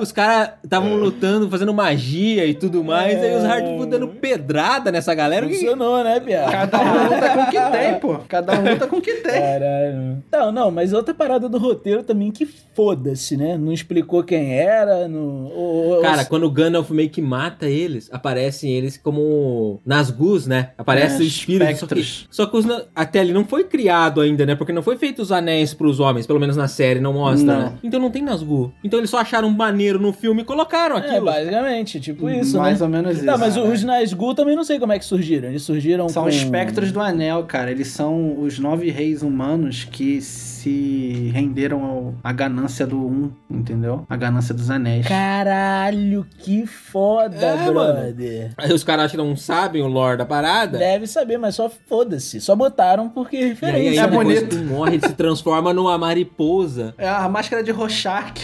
Os caras estavam lutando, fazendo magia e tudo mais, aí os Hardfoot dando pedrada nessa galera. O que-
Funcionou, né, Pia?
Cada um luta com o que tem, pô. Cada um luta com o que tem.
É, Caralho. Não, não, mas outra parada do roteiro também que foda-se, né? Não explicou quem era, não... ou- ou-
Cara, quando o Gandalf meio que mata eles, aparecem eles como Nazgûs, né? Aparece
É,
o espírito. Só que,
espectros.
só que os na- até ele não foi criado ainda, né? Porque não foi feito os anéis pros homens, pelo menos na série, não mostra,
Não.
né? Então não tem Nazgûl. Então eles só acharam maneiro no filme e colocaram
É,
aquilo.
basicamente, tipo isso,
Mais
né?
ou menos isso.
Tá, mas os Nazgûl também não sei como é que surgiram. Eles surgiram
São
com...
espectros do anel, cara. Eles são os nove reis humanos que se renderam ao- à ganância do um, entendeu? A ganância dos anéis.
Caralho, que foda,
É,
brother.
Aí os caras que não sabem o lore da parada.
Deve saber, mas só foda-se. Só botaram porque é
e aí, aí
referência.
É
né?
depois
bonito.
que morre, ele se transforma numa mariposa.
É a máscara de Rorschach.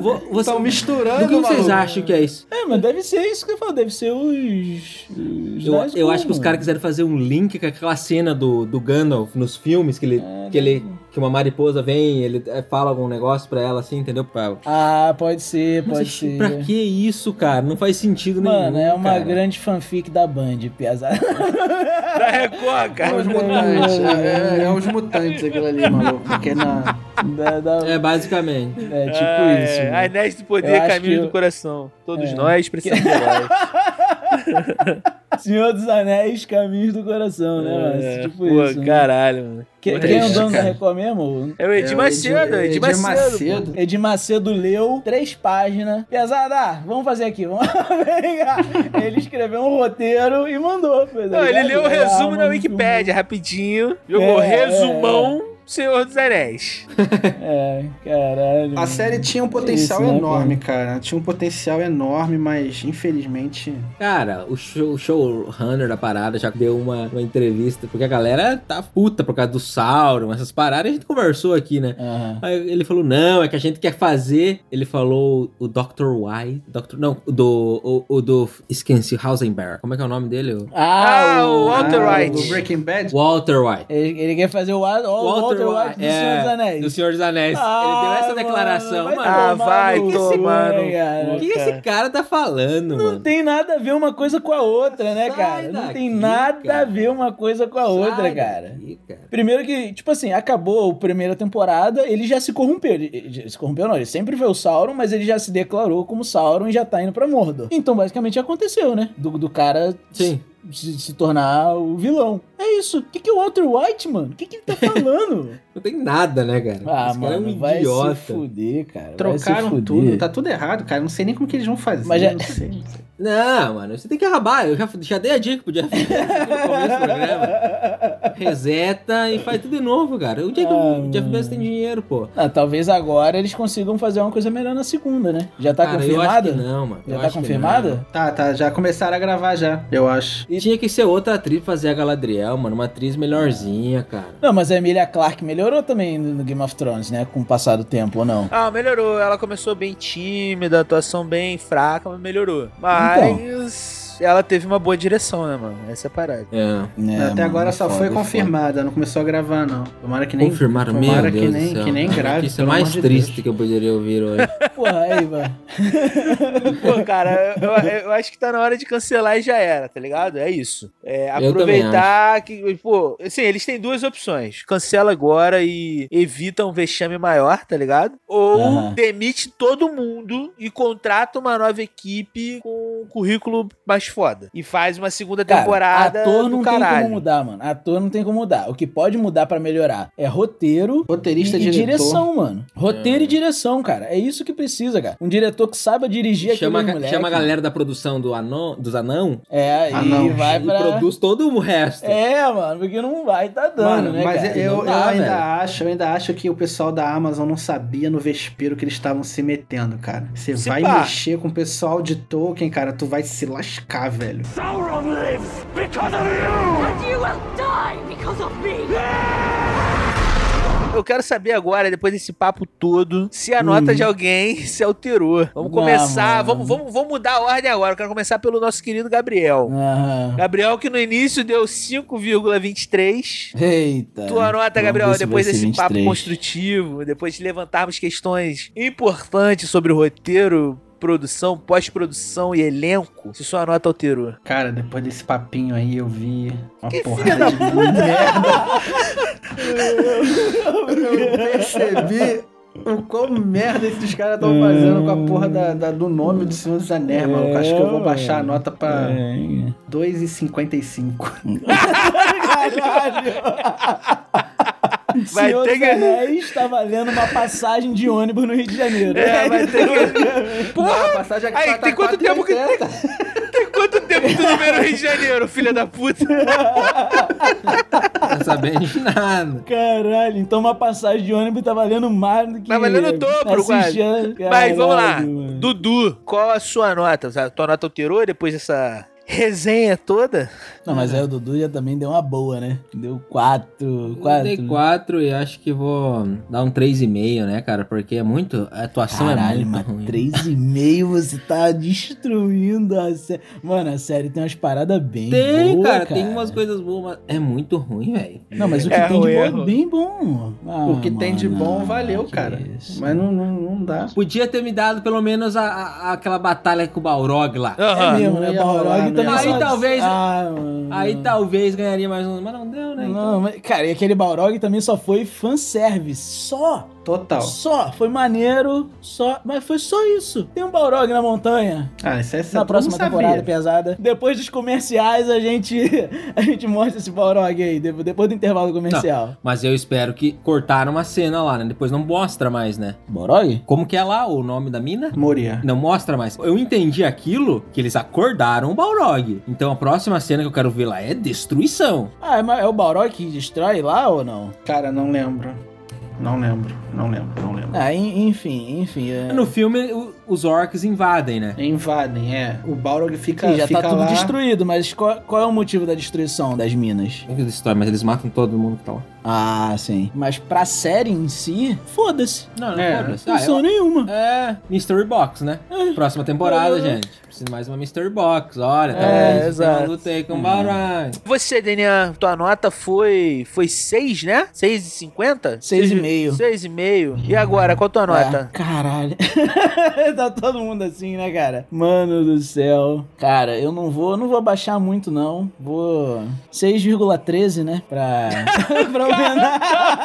Vo- você-
Estão misturando,
do que vocês
maluco.
acham que é isso?
É, mas deve ser isso que eu falo. Deve ser os... os
Eu,
Nazgûl,
eu acho que os
mano.
caras quiseram fazer um link com aquela cena do, do Gandalf nos filmes, que ele,
É,
que ele. que uma mariposa vem, ele é, fala algum negócio pra ela assim, entendeu? Pra,
Ah, pode ser,
Mas
pode
acho-
ser.
pra que isso, cara? Não faz sentido nenhum.
Mano, é uma
cara.
grande fanfic da Band, pesado.
Da Record,
É
cara.
os mutantes. É, é- é os mutantes aquilo ali, maluco. Porque na.
Da- da- é.
É, basicamente.
tipo
Ah,
isso.
é.
né?
Anéis do
Eu
Poder,
acho
Caminho
que eu-
do Coração. Todos
É.
nós precisamos de heróis.
Senhor dos Anéis, Caminhos do Coração, né, mano?
É,
tipo
pô,
isso. né?
caralho, mano.
Que-
Pô,
quem é o
triste,
dono da
cara.
Record mesmo?
É o Edir
é o
Macedo, é o
Edir-
Edir
Edir
Macedo.
Macedo.
Edir Macedo leu três páginas. Pesada, vamos fazer aqui. Vamos pegar. Ele escreveu um roteiro e mandou. pô, tá
Não, ele
ligado?
leu o
Ah,
resumo na
mano,
Wikipédia, rapidinho. Jogou
É,
resumão Senhor dos Anéis.
É, caralho.
A série tinha um potencial
Isso, né,
enorme, cara. Tinha um potencial enorme, mas infelizmente.
Cara, o, show, o showrunner da parada já deu uma, uma entrevista, porque a galera tá puta por causa do Sauron, essas paradas, a gente conversou aqui, né?
Aham.
Aí ele falou, não, é que a gente quer fazer. Ele falou o Dr. Why. Dr. Não, o do. O, o do. Esqueci, Hausenberg. Como é que é o nome dele? O
Ah, o Walter
Ah,
White.
do Breaking Bad.
Walter White. é,
Ele, ele quer fazer o Wa- ó, o Walter, White
é.
do Senhor dos Anéis. Ah,
Do Senhor dos Anéis. ele deu essa declaração, mano.
Ah, vai tomar
tomando.
no
o que
cu.
esse cara tá falando,
né, Não
mano?
tem nada a ver uma coisa com a outra, né,
Sai
cara? Não tem
daqui,
nada a
cara.
ver uma coisa com a outra,
Sai
cara.
daqui, cara.
Primeiro que, tipo assim, acabou a primeira temporada, ele já se corrompeu. Ele, ele se corrompeu, não, ele sempre foi o Sauron, mas ele já se declarou como Sauron e já tá indo pra Mordor. Então, basicamente, aconteceu, né? Do, do cara
Sim.
Se, se tornar o vilão. É isso. O que, que é o Walter White, mano? O que, que ele tá falando?
Não tem nada, né, cara?
ah,
esse cara
mano,
é um
vai
idiota.
se fuder, cara. vai se
Trocaram
fuder.
tudo, tá tudo errado, cara. Não sei nem como que eles vão fazer.
Mas é-
não sei.
Não, mano, você tem que rabar. Eu já, já dei a dica pro Jeff no começo do programa. Reseta e faz tudo de novo, cara. O dia que
Ah,
o Jeff Bezos tem dinheiro, pô.
Ah, talvez agora eles consigam fazer uma coisa melhor na segunda, né? Já tá
Cara,
confirmada?
Eu acho que não, mano.
Já
Eu
tá
acho que não.
confirmada?
Tá, tá, já começaram a gravar já, eu acho.
E tinha que ser outra atriz fazer a Galadriel, mano. Uma atriz melhorzinha, cara.
Não, mas a Emilia Clarke melhorou também no no Game of Thrones, né? Com o passar do tempo, ou não?
Ah,
Então.
melhorou. Ela começou bem tímida, atuação bem fraca, mas melhorou. Mas. ela teve uma boa direção, né, mano? Essa é a parada.
É.
Né,
Até agora só foi
confirmado.
confirmada, não começou a gravar, não. Tomara que nem.
Confirmaram, meu
tomara
Deus
que
do
nem,
céu.
que nem grave.
Isso é
pelo
mais
amor de
triste
Deus.
que eu poderia ouvir hoje.
Porra, aí, mano.
Pô, cara, eu, eu acho que tá na hora de cancelar e já era, tá ligado? É isso. É,
Eu
aproveitar que, pô, assim, eles têm duas opções. Cancela agora e evita um vexame maior, tá ligado? Ou
Aham.
demite todo mundo e contrata uma nova equipe com um currículo mais foda. E faz uma segunda
Cara,
temporada
ator
do
não tem
caralho.
como mudar, mano. Ator não tem como mudar. O que pode mudar pra melhorar é roteiro
Roteirista,
e, e
diretor.
direção, mano. Roteiro e direção, cara. É isso que precisa, cara. Um diretor que saiba dirigir
Chama,
aquele
a-
moleque.
chama a galera da produção do anão, dos anão
É,
Ah,
e
não.
vai
e
pra...
produz todo o resto.
É, mano, porque não vai tá dando,
Mano,
né,
mas
cara?
eu,
Não
eu
dá,
ainda
velho.
acho, eu ainda acho que o pessoal da Amazon não sabia no vespeiro que eles estavam se metendo, cara. Você
Se
vai
pá.
mexer com o pessoal de Tolkien, cara, tu vai se lascar, velho.
Sauron lives because of you!
And you will die because of me!
Eu quero saber agora, depois desse papo todo, se a nota de alguém se alterou. Vamos
Uhum. Não, mano.
começar, vamos, vamos, vamos mudar a ordem agora. Eu quero começar pelo nosso querido Gabriel.
Aham.
Gabriel, que no início deu 5,23.
Eita.
Tua nota,
É, Vamos
Gabriel,
ver se
depois
vai ser
desse papo
23.
construtivo, depois de levantarmos questões importantes sobre o roteiro, produção, pós-produção e elenco, se sua nota alterou.
Cara, depois desse papinho aí eu vi uma
Que
porrada
filha da
de merda. eu percebi o quão merda esses caras estão fazendo com a porra da, da- do nome do Senhor dos Anéis, maluco. Acho que eu vou baixar a nota pra
É.
2,55.
Vai
Senhor
ter
dos
que-
Anéis tá valendo uma passagem de ônibus no Rio de Janeiro.
É, vai ter que. Porra!
A passagem aqui
Aí,
tá- tá
tem quanto tempo que-
4,80.
Quanto tempo tu não veio no Rio de Janeiro, filha da puta?
Não sabendo de nada.
Caralho, então uma passagem de ônibus tá valendo mais do que...
Tá valendo o dobro,
assistir a-
Mas
Caralho,
vamos lá.
mano.
Dudu, qual a sua nota? A tua nota alterou depois dessa resenha toda?
Não, mas aí o Dudu já também deu uma boa, né? Deu quatro,
Eu
quatro.
dei 4 e acho que vou dar um 3,5, né, cara? Porque é muito. A atuação
Caralho,
é muito
mas
ruim.
três e meio você tá destruindo a série. Mano, a série tem umas paradas bem
Tem,
boa,
cara, tem umas coisas boas, mas é muito ruim, velho.
Não, mas o que
É
tem de
ruim,
bom é
é ruim.
bem bom. Ah,
O que tem de
mano,
bom valeu,
que
cara.
isso.
Mas não, não, não dá.
Podia ter me dado pelo menos a, a- aquela batalha com o Balrog lá.
É mesmo,
Não
né?
ia
Balrog
rolar,
também
né?
só-
Aí talvez-
Ah, mano.
Aí talvez ganharia mais um, mas não deu, né? então.
Não, mas, cara, e aquele Balrog também só foi fanservice. Só.
Total.
Só. Foi maneiro. Só. Mas foi só isso. Tem um Balrog na montanha.
Ah, isso é
Na
todo
próxima
mundo sabia.
temporada pesada. Depois dos comerciais, a gente, a gente mostra esse Balrog aí, de- depois do intervalo
Tá.
comercial.
Mas eu espero que cortaram uma cena lá, né? Depois não mostra mais, né?
Balrog?
Como que é lá o nome da mina?
Moria.
Não mostra mais. Eu entendi aquilo que eles acordaram o Balrog. Então a próxima cena que eu quero ver lá é destruição.
Ah, é, ma- é o Balrog que destrói lá ou não?
Cara, não lembro. Não lembro, não lembro, não lembro.
Ah, en- enfim, enfim. é-
No filme, o- os orcs invadem, né?
Invadem, é. O Balrog fica,
Sim, já
fica
tá tudo
lá.
destruído, mas qual, qual é o motivo da destruição das minas?
Não que eles destroem, mas eles matam todo mundo que tá lá.
Ah, sim. Mas pra série em si, foda-se.
Não,
É,
foda-se.
Não
Ah,
são
eu-
nenhuma.
É, Mystery Box, né?
É.
Próxima temporada,
É.
gente. Precisa de mais uma Mystery Box. Olha, tá
É,
vendo?
exato.
Eu lutei com o Balrog.
Você, Denian, tua nota foi foi 6, né? 6,50?
Seis e meio.
6,5. E agora, qual a tua
É,
nota?
caralho. tá todo mundo assim, né, cara? Mano do céu. Cara, eu não vou, não vou baixar muito não. Vou 6,13, né, pra pra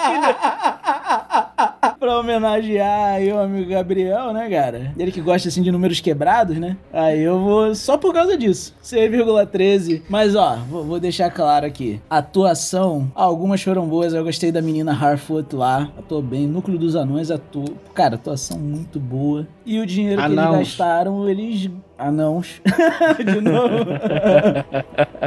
homenagear. Pra homenagear aí o amigo Gabriel, né, cara? Ele que gosta assim de números quebrados, né? Aí eu vou só por causa disso. 6,13. Mas ó, vou, vou deixar claro aqui. Atuação, algumas foram boas. Eu gostei da menina Harfoot lá. Atuou bem. Núcleo dos Anões atuou. Cara, atuação muito boa. E o dinheiro que eles
Anãos.
gastaram, eles. Anãos. de novo.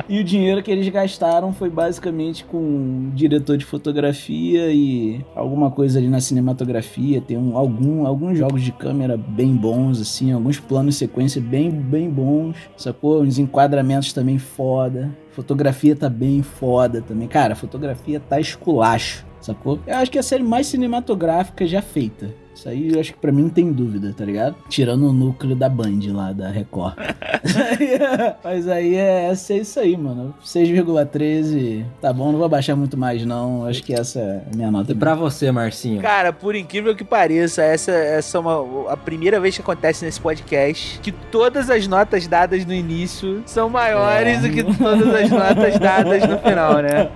E o dinheiro que eles gastaram foi basicamente com um diretor de fotografia e alguma coisa ali na cinematografia. Tem um, algum, alguns jogos de câmera bem bons, assim, alguns planos de sequência bem, bem bons, sacou? Uns enquadramentos também foda. Fotografia tá bem foda também. Cara, a fotografia tá esculacho. sacou? Eu acho que é a série mais cinematográfica já feita. Isso aí eu acho que pra mim não tem dúvida, tá ligado? Tirando o núcleo da Band lá, da Record. Mas aí é- Mas aí é, essa é isso aí, mano. 6,13. Tá bom, não vou baixar muito mais, não. Acho que essa é a minha nota.
E pra você, Marcinho?
Cara, por incrível que pareça, essa, essa é uma, a primeira vez que acontece nesse podcast que todas as notas dadas no início são
É.
maiores do que todas as notas dadas no final, né?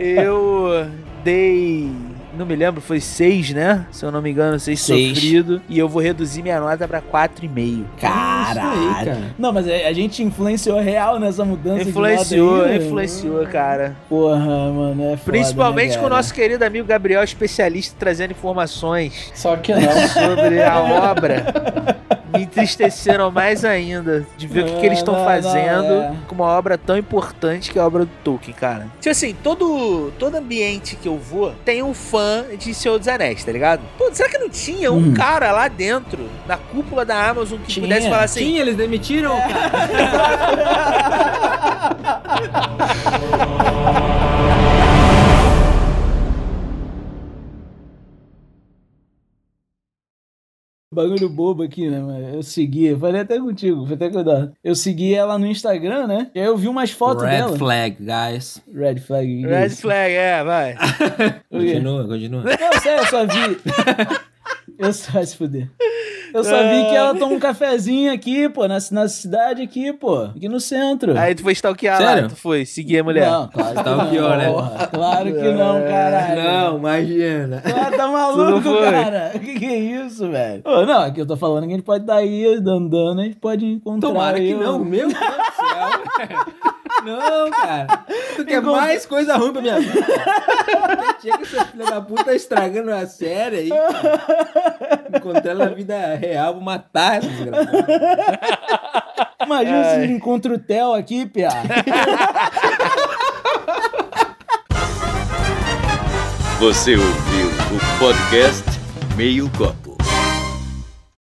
Eu dei. Não me lembro, foi 6, né? Se eu não me engano, 6
Seis.
sofrido. E eu vou reduzir minha nota pra 4,5.
Caralho! Não, mas a a gente influenciou real nessa mudança de
Influenciou,
moda aí, né?
influenciou, cara.
Porra, mano, é foda,
Principalmente
né,
com o
cara?
nosso querido amigo Gabriel, especialista, trazendo informações
Só que não.
sobre a obra me entristeceram mais ainda de ver o que, que eles
É, Não,
estão
não,
fazendo
não, é.
com uma obra tão importante que é a obra do Tolkien, cara. Tipo assim, todo, todo ambiente que eu vou tem um fã de Senhor dos Anéis, tá ligado? Pô, será que não tinha um
Hum.
cara lá dentro, na cúpula da Amazon, que
Tinha.
pudesse falar assim?
Sim, eles demitiram, cara.
Bagulho bobo aqui, né, mano? Eu segui, eu falei até contigo, foi até cuidado. Eu segui ela no Instagram, né? E aí eu vi umas fotos
Red
dela.
flag, guys.
Red flag. que
Red
isso?
flag, é, vai.
O quê?
Continua, continua.
Não, sério, eu só vi. Eu só vai se fuder. Eu só vi que ela toma um cafezinho aqui, pô, na, na cidade aqui, pô. Aqui no centro.
Aí tu foi stalkear lá,
Sério?
tu foi, seguir a mulher. É.
Não, claro que
Tá
não,
pior, né?
porra. Claro que não, caralho.
imagina.
Ah, tá
Tudo
maluco,
foi.
cara? O que, que é isso, velho? Ô, não, aqui eu tô falando que a gente pode dar aí andando, a gente pode encontrar.
Tomara que
eu-
não, meu Deus do céu. Não, cara. Tu quer
Encontra-
mais coisa ruim pra minha vida. cara. Chega essa filha da puta tá estragando a série aí. cara. Encontrar ela na vida real, vou matar essa desgraçada.
Imagina
É.
se encontra o Theo aqui, Pia.
Você ouviu o podcast Meio Copo.